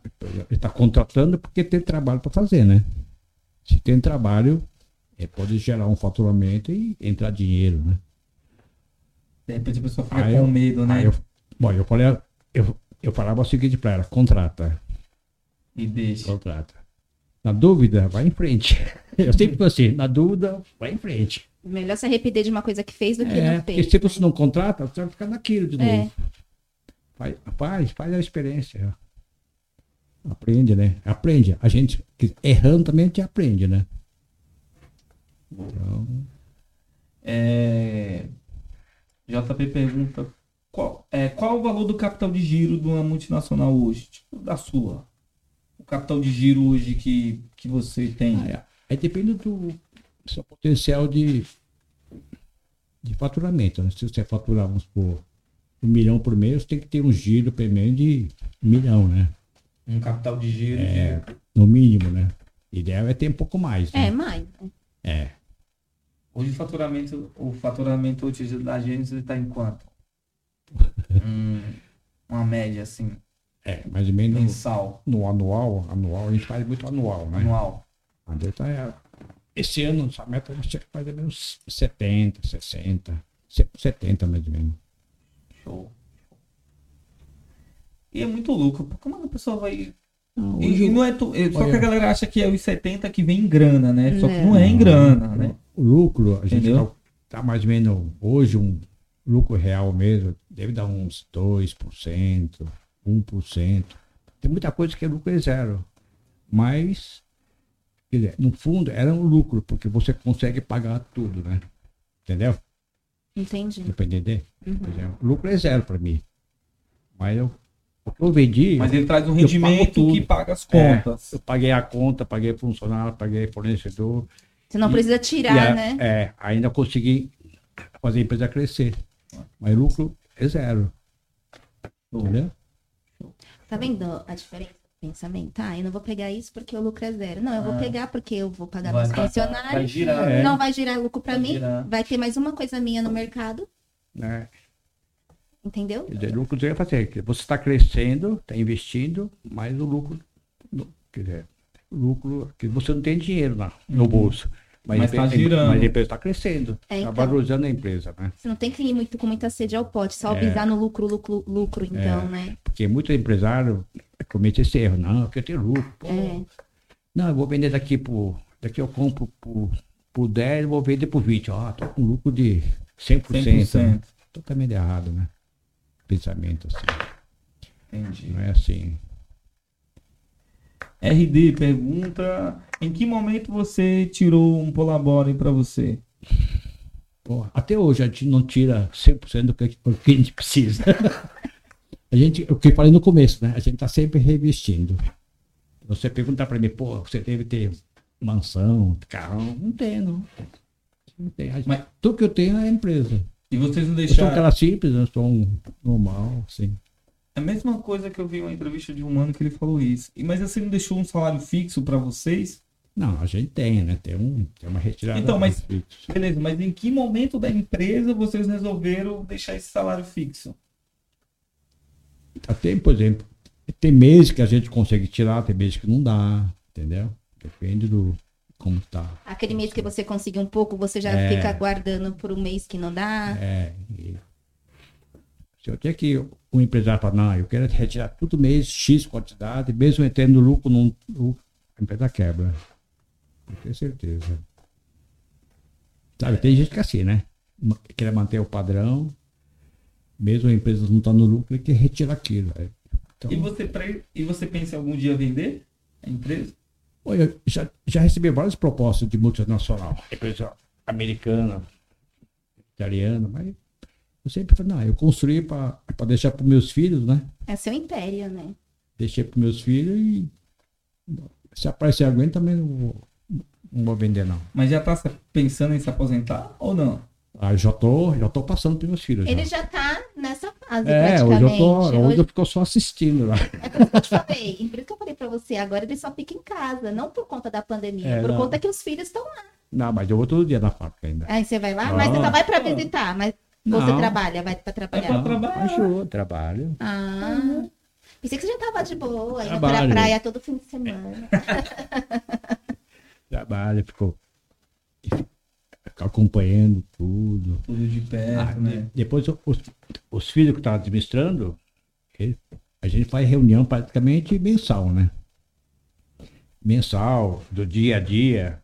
Speaker 3: tá contratando porque tem trabalho para fazer, né? Se tem trabalho, é, pode gerar um faturamento e entrar dinheiro, né?
Speaker 1: De repente a pessoa fica
Speaker 3: Aí
Speaker 1: com
Speaker 3: eu-
Speaker 1: medo, né?
Speaker 3: Aí eu, bom, eu, falei, eu, eu falava o seguinte para ela, contrata.
Speaker 1: E deixa.
Speaker 3: Contrata. Na dúvida, vai em frente. Eu sempre falo assim, na dúvida, vai em frente.
Speaker 2: Melhor se arrepender de uma coisa que fez do que
Speaker 3: É,
Speaker 2: não
Speaker 3: porque
Speaker 2: fez.
Speaker 3: se você não contrata, você vai ficar naquilo de
Speaker 2: É.
Speaker 3: novo. Faz, faz, faz a experiência. Aprende, né? Aprende. A gente, que- errando também, a gente aprende, né? Então,
Speaker 1: É, JP pergunta: qual é, qual é o valor do capital de giro de uma multinacional hoje? Tipo, da sua. O capital de giro hoje que, que você tem. né?
Speaker 3: ah, é, aí depende do seu potencial de, de faturamento. né? Se você faturar, vamos supor, um milhão por mês, você tem que ter um giro pelo menos de um milhão, né?
Speaker 1: Um capital de giro.
Speaker 3: É,
Speaker 1: de-
Speaker 3: no mínimo, né? O ideal é ter um pouco mais,
Speaker 2: É,
Speaker 3: né?
Speaker 2: mãe.
Speaker 3: É.
Speaker 1: Hoje o faturamento, o faturamento hoje da Gênesis está em quanto? Hum, uma média assim,
Speaker 3: É, mais ou menos
Speaker 1: mensal,
Speaker 3: no anual, anual, a gente faz muito anual, né?
Speaker 1: anual.
Speaker 3: A meta é- Esse ano, nossa meta é chegar mais ou menos 70, 60, se- 70 mais ou menos.
Speaker 1: Show. E é muito louco, porque como a pessoa vai.
Speaker 3: Não,
Speaker 1: E
Speaker 3: hoje
Speaker 1: não é tu- é- Só que
Speaker 3: Olha.
Speaker 1: a galera acha que é os 70 que vem em grana, né? Só que
Speaker 2: Não.
Speaker 1: não é em grana, né?
Speaker 3: o lucro, a gente
Speaker 1: Entendeu?
Speaker 3: tá, tá mais ou menos, hoje um lucro real mesmo, deve dar uns 2%, 1%. Tem muita coisa que é lucro é zero. Mas, quer dizer, no fundo, era um lucro, porque você consegue pagar tudo, né? Entendeu?
Speaker 2: Entendi.
Speaker 3: Deu pra entender? Por exemplo, lucro é zero para mim. Mas eu, o que eu vendi,
Speaker 5: Mas ele traz um
Speaker 3: pago
Speaker 5: rendimento
Speaker 3: tudo.
Speaker 5: que paga as
Speaker 3: É.
Speaker 5: contas.
Speaker 3: eu paguei a conta, paguei funcionário, paguei fornecedor.
Speaker 2: Você não
Speaker 3: E-
Speaker 2: precisa
Speaker 3: e
Speaker 2: tirar,
Speaker 3: a-
Speaker 2: né?
Speaker 3: É, ainda consegui fazer a empresa crescer. Mas lucro é zero. Entendeu?
Speaker 2: Tá vendo a diferença do pensamento? Ah, eu não vou pegar isso porque o lucro é zero. Não, eu vou
Speaker 5: Ah.
Speaker 2: pegar porque eu vou pagar
Speaker 5: Vai
Speaker 2: meus
Speaker 5: passar,
Speaker 2: funcionários.
Speaker 5: vai girar,
Speaker 3: né?
Speaker 2: Não vai girar lucro pra
Speaker 5: Vai
Speaker 2: mim.
Speaker 5: girar.
Speaker 2: Vai ter mais uma coisa minha no mercado,
Speaker 3: Né?
Speaker 2: entendeu?
Speaker 3: Quer dizer, lucro zero é fazer. que Você está crescendo, está investindo, mas o lucro. não- Quer dizer, o lucro. Que você não tem dinheiro na, no bolso. Mas,
Speaker 5: Uhum. Mas
Speaker 3: a
Speaker 5: tá
Speaker 3: empresa-
Speaker 5: girando.
Speaker 3: Mas a empresa está crescendo.
Speaker 2: É,
Speaker 3: Está
Speaker 2: então.
Speaker 3: valorizando a empresa, né?
Speaker 2: Você não tem que ir muito com muita sede ao pote, só
Speaker 3: É.
Speaker 2: visar no lucro, lucro, lucro, então, né?
Speaker 3: Porque muito empresário comete esse erro. Não, eu quero ter lucro. Pô,
Speaker 2: É.
Speaker 3: Não, eu vou vender daqui por. Daqui eu compro por, por 10 e vou vender por 20. Ó, tô com lucro de 100%. 100%.
Speaker 5: 100%.
Speaker 3: Totalmente errado, né? Pensamento assim.
Speaker 5: Entendi.
Speaker 3: Não é assim.
Speaker 1: RD pergunta: em que momento você tirou um Polaboring pra você?
Speaker 3: Pô, até hoje a gente não tira 100% do que, do que a gente precisa. a gente, o que eu falei no começo, né? A gente tá sempre revestindo. Você perguntar para mim, pô, você deve ter mansão, carrão. Não tem, não. Não tem. A gente-
Speaker 1: Mas-
Speaker 3: Tudo que eu tenho é empresa.
Speaker 1: E vocês não
Speaker 3: Eu sou um
Speaker 1: deixaram.
Speaker 3: cara simples, eu sou um normal, assim.
Speaker 1: É a mesma coisa que eu vi em uma entrevista de um mano que ele falou isso. E- Mas você não deixou um salário fixo pra vocês?
Speaker 3: Não, a gente tem, né? Tem, um, tem uma retirada.
Speaker 1: Então, mas-
Speaker 3: dos fixos.
Speaker 1: Beleza, mas em que momento da empresa vocês resolveram deixar esse salário fixo?
Speaker 3: Até, Tá, por exemplo, tem meses que a gente consegue tirar, tem meses que não dá, entendeu? Depende do como tá.
Speaker 2: Aquele mês que você conseguir um pouco, você já
Speaker 3: É.
Speaker 2: fica guardando por um mês que não dá.
Speaker 3: É, e- se eu tenho que o empresário fala, não, eu quero retirar todo mês X quantidade, mesmo entrando no lucro, não, o, a empresa quebra. Eu tenho certeza. Sabe, tem gente que é assim, né? Ma- Quer manter o padrão, mesmo a empresa não está no lucro, ele quer retirar aquilo. né? Então,
Speaker 1: E você, pre- e você pensa em algum dia vender a empresa?
Speaker 3: Olha, eu já, já recebi várias propostas de multinacional, empresa americana, italiana, mas eu sempre falei, não, eu construí para deixar para meus filhos, né?
Speaker 2: É seu império, né?
Speaker 3: Deixei para meus filhos e se aparecer alguém também não vou, não vou vender, não.
Speaker 1: Mas já tá se- pensando em se aposentar ou não?
Speaker 3: Ah, já tô, já tô passando para meus filhos.
Speaker 2: Ele
Speaker 3: já.
Speaker 2: já tá nessa fase,
Speaker 3: É, hoje
Speaker 2: praticamente.
Speaker 3: eu, tô, hoje
Speaker 2: Hoje-
Speaker 3: eu fico só assistindo lá.
Speaker 2: eu te falei. Por isso que eu falei pra você, agora ele só fica em casa, não por conta da pandemia,
Speaker 3: É,
Speaker 2: por
Speaker 3: não.
Speaker 2: conta que os filhos estão lá.
Speaker 3: Não, mas eu vou todo dia na fábrica ainda.
Speaker 2: Aí você vai lá, mas você só vai pra visitar, mas você
Speaker 3: Ah. Não.
Speaker 2: trabalha, vai pra
Speaker 1: É pra
Speaker 2: trabalhar.
Speaker 1: trabalhar.
Speaker 3: Acho, trabalho.
Speaker 2: Ah, pensei que você já tava de boa, indo pra
Speaker 3: Trabalho.
Speaker 2: praia todo fim de semana.
Speaker 3: Trabalho, ficou fico acompanhando tudo.
Speaker 5: Tudo de
Speaker 3: Ah,
Speaker 5: perto, né?
Speaker 3: de- Depois o- os, os filhos que estão administrando, ele- a gente faz reunião praticamente mensal, né? Mensal, do dia a dia.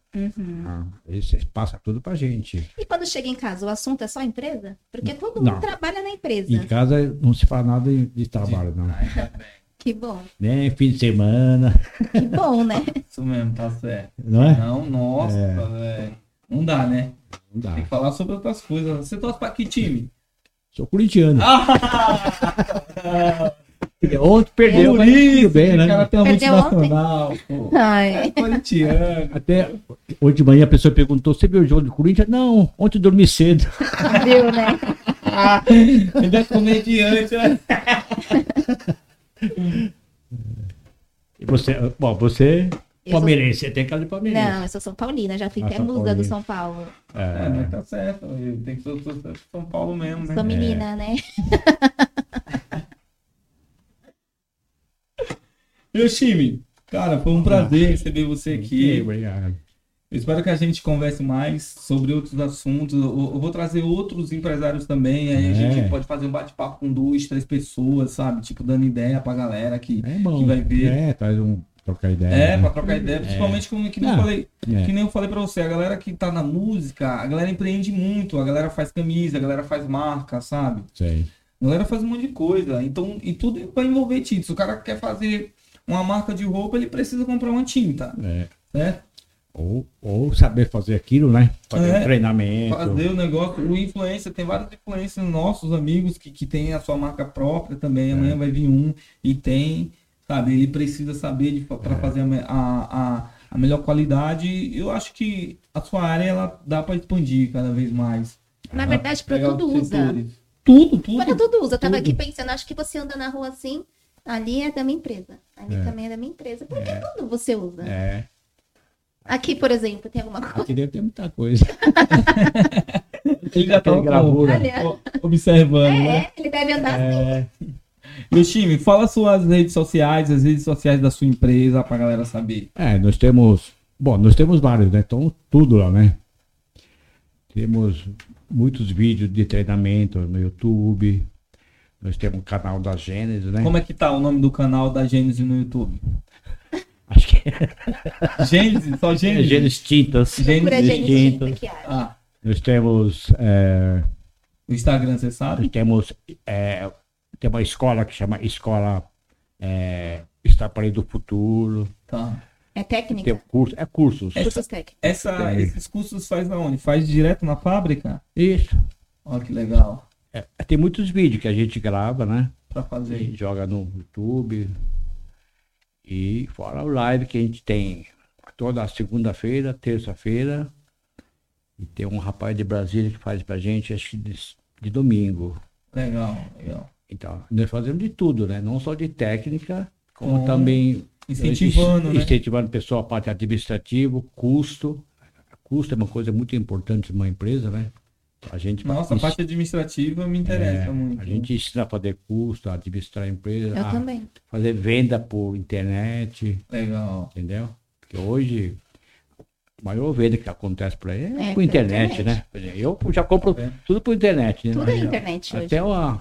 Speaker 3: Ah, eles passam tudo pra gente.
Speaker 2: E quando chega em casa, o assunto é só empresa? Porque todo
Speaker 3: Não.
Speaker 2: mundo trabalha na empresa.
Speaker 3: Em casa não se fala nada de, de
Speaker 1: Tá
Speaker 3: trabalho, não.
Speaker 1: Ah,
Speaker 2: Que bom,
Speaker 3: Nem fim de semana,
Speaker 2: que bom, né?
Speaker 5: Isso mesmo, tá certo.
Speaker 3: não é?
Speaker 5: Não, nossa,
Speaker 3: É. Ah.
Speaker 5: velho. Não dá, né?
Speaker 3: Não dá.
Speaker 1: Tem que falar sobre outras coisas. Você torce pra que time?
Speaker 3: Sou corintiano. Ontem perdeu,
Speaker 1: Por
Speaker 3: mas tudo
Speaker 1: isso,
Speaker 3: bem, né?
Speaker 1: O cara tem uma
Speaker 2: Perdeu
Speaker 1: multinacional, pô.
Speaker 2: Ai,
Speaker 1: É Corintiano.
Speaker 3: Até hoje de manhã a pessoa perguntou: Você viu o jogo do Corinthians? Não, ontem eu dormi cedo.
Speaker 2: viu, né?
Speaker 1: Ainda é comediante, né?
Speaker 3: E você, bom, você
Speaker 2: Eu sou-
Speaker 3: palmeirense, você tem cara de palmeirense.
Speaker 2: Não, eu sou São Paulina, já fui
Speaker 3: Ah,
Speaker 2: até
Speaker 3: São
Speaker 2: musa do
Speaker 3: Paulina.
Speaker 2: São Paulo.
Speaker 3: É,
Speaker 5: É, mas tá certo. eu- Tem que ser ser- ser São Paulo mesmo, né?
Speaker 2: Sou
Speaker 3: É.
Speaker 2: menina, né?
Speaker 1: Meu time, cara,
Speaker 5: Ah,
Speaker 1: foi um prazer receber você aqui.
Speaker 3: obrigado. É
Speaker 1: Eu espero que a gente converse mais sobre outros assuntos. Eu, eu vou trazer outros empresários também. Aí a
Speaker 3: É.
Speaker 1: gente pode fazer um bate-papo com duas, três pessoas, sabe? Tipo, dando ideia pra galera que
Speaker 3: É bom.
Speaker 1: Que vai ver.
Speaker 3: É, traz um. Trocar ideia.
Speaker 1: É,
Speaker 3: né?
Speaker 1: pra trocar ideia, principalmente como que nem,
Speaker 3: Ah,
Speaker 1: eu falei,
Speaker 3: é.
Speaker 1: que nem eu falei pra você, a galera que tá na música, a galera empreende muito, a galera faz camisa, a galera faz marca, sabe?
Speaker 3: Sei.
Speaker 1: é A galera faz um monte de coisa. Então, e tudo vai envolver títulos. O cara quer fazer uma marca de roupa, ele precisa comprar uma tinta,
Speaker 3: É.
Speaker 1: né?
Speaker 3: Ou, ou saber fazer aquilo, né? Fazer
Speaker 1: É.
Speaker 3: um treinamento.
Speaker 1: Fazer o negócio. O influencer, tem vários influencers nossos amigos que, que tem a sua marca própria também. Amanhã vai vir um e tem, sabe? Ele precisa saber para fazer a, me- a, a, a melhor qualidade. Eu acho que a sua área ela dá para expandir cada vez mais.
Speaker 2: Na verdade, pra
Speaker 6: Pegar
Speaker 2: tudo
Speaker 6: os
Speaker 2: usa.
Speaker 6: setores.
Speaker 1: Tudo, tudo.
Speaker 2: Pra tudo usa. Eu tava
Speaker 1: Tudo.
Speaker 2: aqui pensando, acho que você anda na rua assim, ali é da minha empresa. Ali também é da minha empresa. Porque tudo você usa.
Speaker 3: É.
Speaker 2: Aqui, por exemplo, tem alguma coisa.
Speaker 3: Aqui deve ter muita coisa.
Speaker 7: Ele já tava
Speaker 1: tá,
Speaker 3: Aquele gravura.
Speaker 2: Olha,
Speaker 7: com- observando, né?
Speaker 2: é, ele deve andar assim.
Speaker 1: Meu time, fala suas redes sociais, as redes sociais da sua empresa pra galera saber.
Speaker 3: É, nós temos. Bom, nós temos vários, né? Então, tudo lá, né? Temos muitos vídeos de treinamento no YouTube. Nós temos o canal da Gênesis, né?
Speaker 1: Como é que tá o nome do canal da Gênesis no YouTube?
Speaker 3: Acho que é
Speaker 1: Gênesis, só Gênesis.
Speaker 3: Gênesis Tintas.
Speaker 2: Procura assim, a gente
Speaker 3: distinto.
Speaker 2: aqui, Ara.
Speaker 1: Ah,
Speaker 3: Nós temos. é,
Speaker 1: o Instagram, você sabe?
Speaker 3: nós temos. é, tem uma escola que chama Escola é, Está para do Futuro.
Speaker 1: Tá.
Speaker 2: É
Speaker 3: Tem
Speaker 2: técnica?
Speaker 3: curso, é cursos.
Speaker 2: Cursos técnicos.
Speaker 1: Essa,
Speaker 3: Tem.
Speaker 1: esses cursos faz na onde? Faz direto na fábrica?
Speaker 3: Isso.
Speaker 1: Olha que legal.
Speaker 3: É, tem muitos vídeos que a gente grava, né?
Speaker 1: Pra
Speaker 3: A
Speaker 1: fazer.
Speaker 3: gente joga no YouTube. E fora o live que a gente tem toda segunda-feira, terça-feira. E tem um rapaz de Brasília que faz pra gente, acho que de, de domingo.
Speaker 1: Legal, legal.
Speaker 3: Então, nós fazemos de tudo, né? Não só de técnica, como
Speaker 1: Com-
Speaker 3: também
Speaker 1: Incentivando,
Speaker 3: Incentivando,
Speaker 1: né?
Speaker 3: Incentivando o pessoal a parte administrativa, custo. Custo é uma coisa muito importante numa empresa, né? A gente,
Speaker 1: Nossa, a parte administrativa me interessa muito.
Speaker 3: É,
Speaker 1: né?
Speaker 3: a gente ensina a fazer custo, a administrar a empresa,
Speaker 2: Eu
Speaker 3: a
Speaker 2: também.
Speaker 3: fazer venda por internet,
Speaker 1: Legal.
Speaker 3: entendeu? Porque hoje a maior venda que acontece por aí é,
Speaker 2: É,
Speaker 3: por
Speaker 2: por
Speaker 3: internet,
Speaker 2: internet.
Speaker 3: né? Por exemplo, Eu já compro
Speaker 1: É.
Speaker 3: tudo por internet, né?
Speaker 2: Tudo é internet hoje.
Speaker 3: Até uma,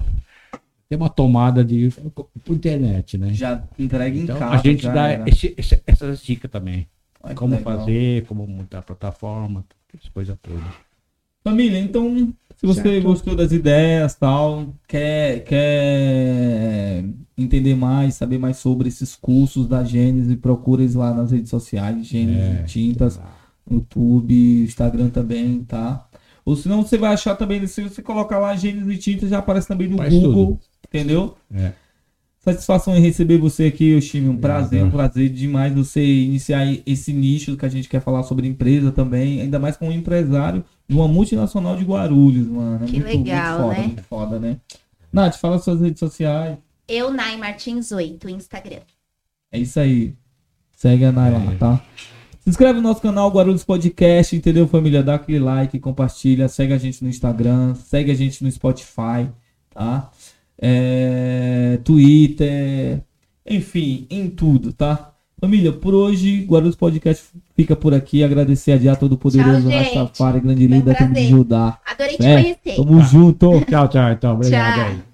Speaker 3: até uma tomada de por internet, né?
Speaker 1: Já entrega em
Speaker 3: Então,
Speaker 1: casa.
Speaker 3: a gente
Speaker 1: já
Speaker 3: dá
Speaker 1: era.
Speaker 3: esse- esse- essas dicas também.
Speaker 1: Olha que
Speaker 3: Como
Speaker 1: legal.
Speaker 3: fazer, como montar a plataforma, essas coisas todas.
Speaker 1: Família, então, se você
Speaker 3: Certo.
Speaker 1: gostou das ideias tal, quer, quer entender mais, saber mais sobre esses cursos da Gênesis, procura eles lá nas redes sociais, Gênesis
Speaker 3: É,
Speaker 1: Tintas, YouTube, Instagram também, tá? Ou senão você vai achar também, se você colocar lá Gênesis Tintas, já aparece também no
Speaker 3: Aparece
Speaker 1: Google, entendeu?
Speaker 3: É.
Speaker 1: Satisfação em receber você aqui, Yoshimi. Um prazer, um
Speaker 3: Obrigado.
Speaker 1: prazer demais você iniciar esse nicho que a gente quer falar sobre empresa também, ainda mais com um empresário de uma multinacional de Guarulhos, mano. É
Speaker 2: Que legal,
Speaker 1: muito foda,
Speaker 2: né?
Speaker 1: Muito foda, né? Nath, fala suas redes sociais.
Speaker 2: Eu, Nai Martins 8, Instagram.
Speaker 1: É isso aí. Segue a Nai lá, tá? Se inscreve no nosso canal Guarulhos Podcast, entendeu, família? Dá aquele like, compartilha, segue a gente no Instagram, segue a gente no Spotify, tá? É, Twitter, enfim, em tudo, tá? Família, por hoje, Guarulhos Podcast fica por aqui. Agradecer a Dia Todo-Poderoso,
Speaker 2: Tchau, gente.
Speaker 1: Rastafari, Grande
Speaker 2: Foi um
Speaker 1: Líder, Tamo de
Speaker 2: prazer.
Speaker 1: Judá.
Speaker 2: Adorei te
Speaker 1: É,
Speaker 2: conhecer.
Speaker 1: Tamo junto.
Speaker 3: Tchau, tchau, então. Obrigado
Speaker 2: Tchau.
Speaker 3: aí.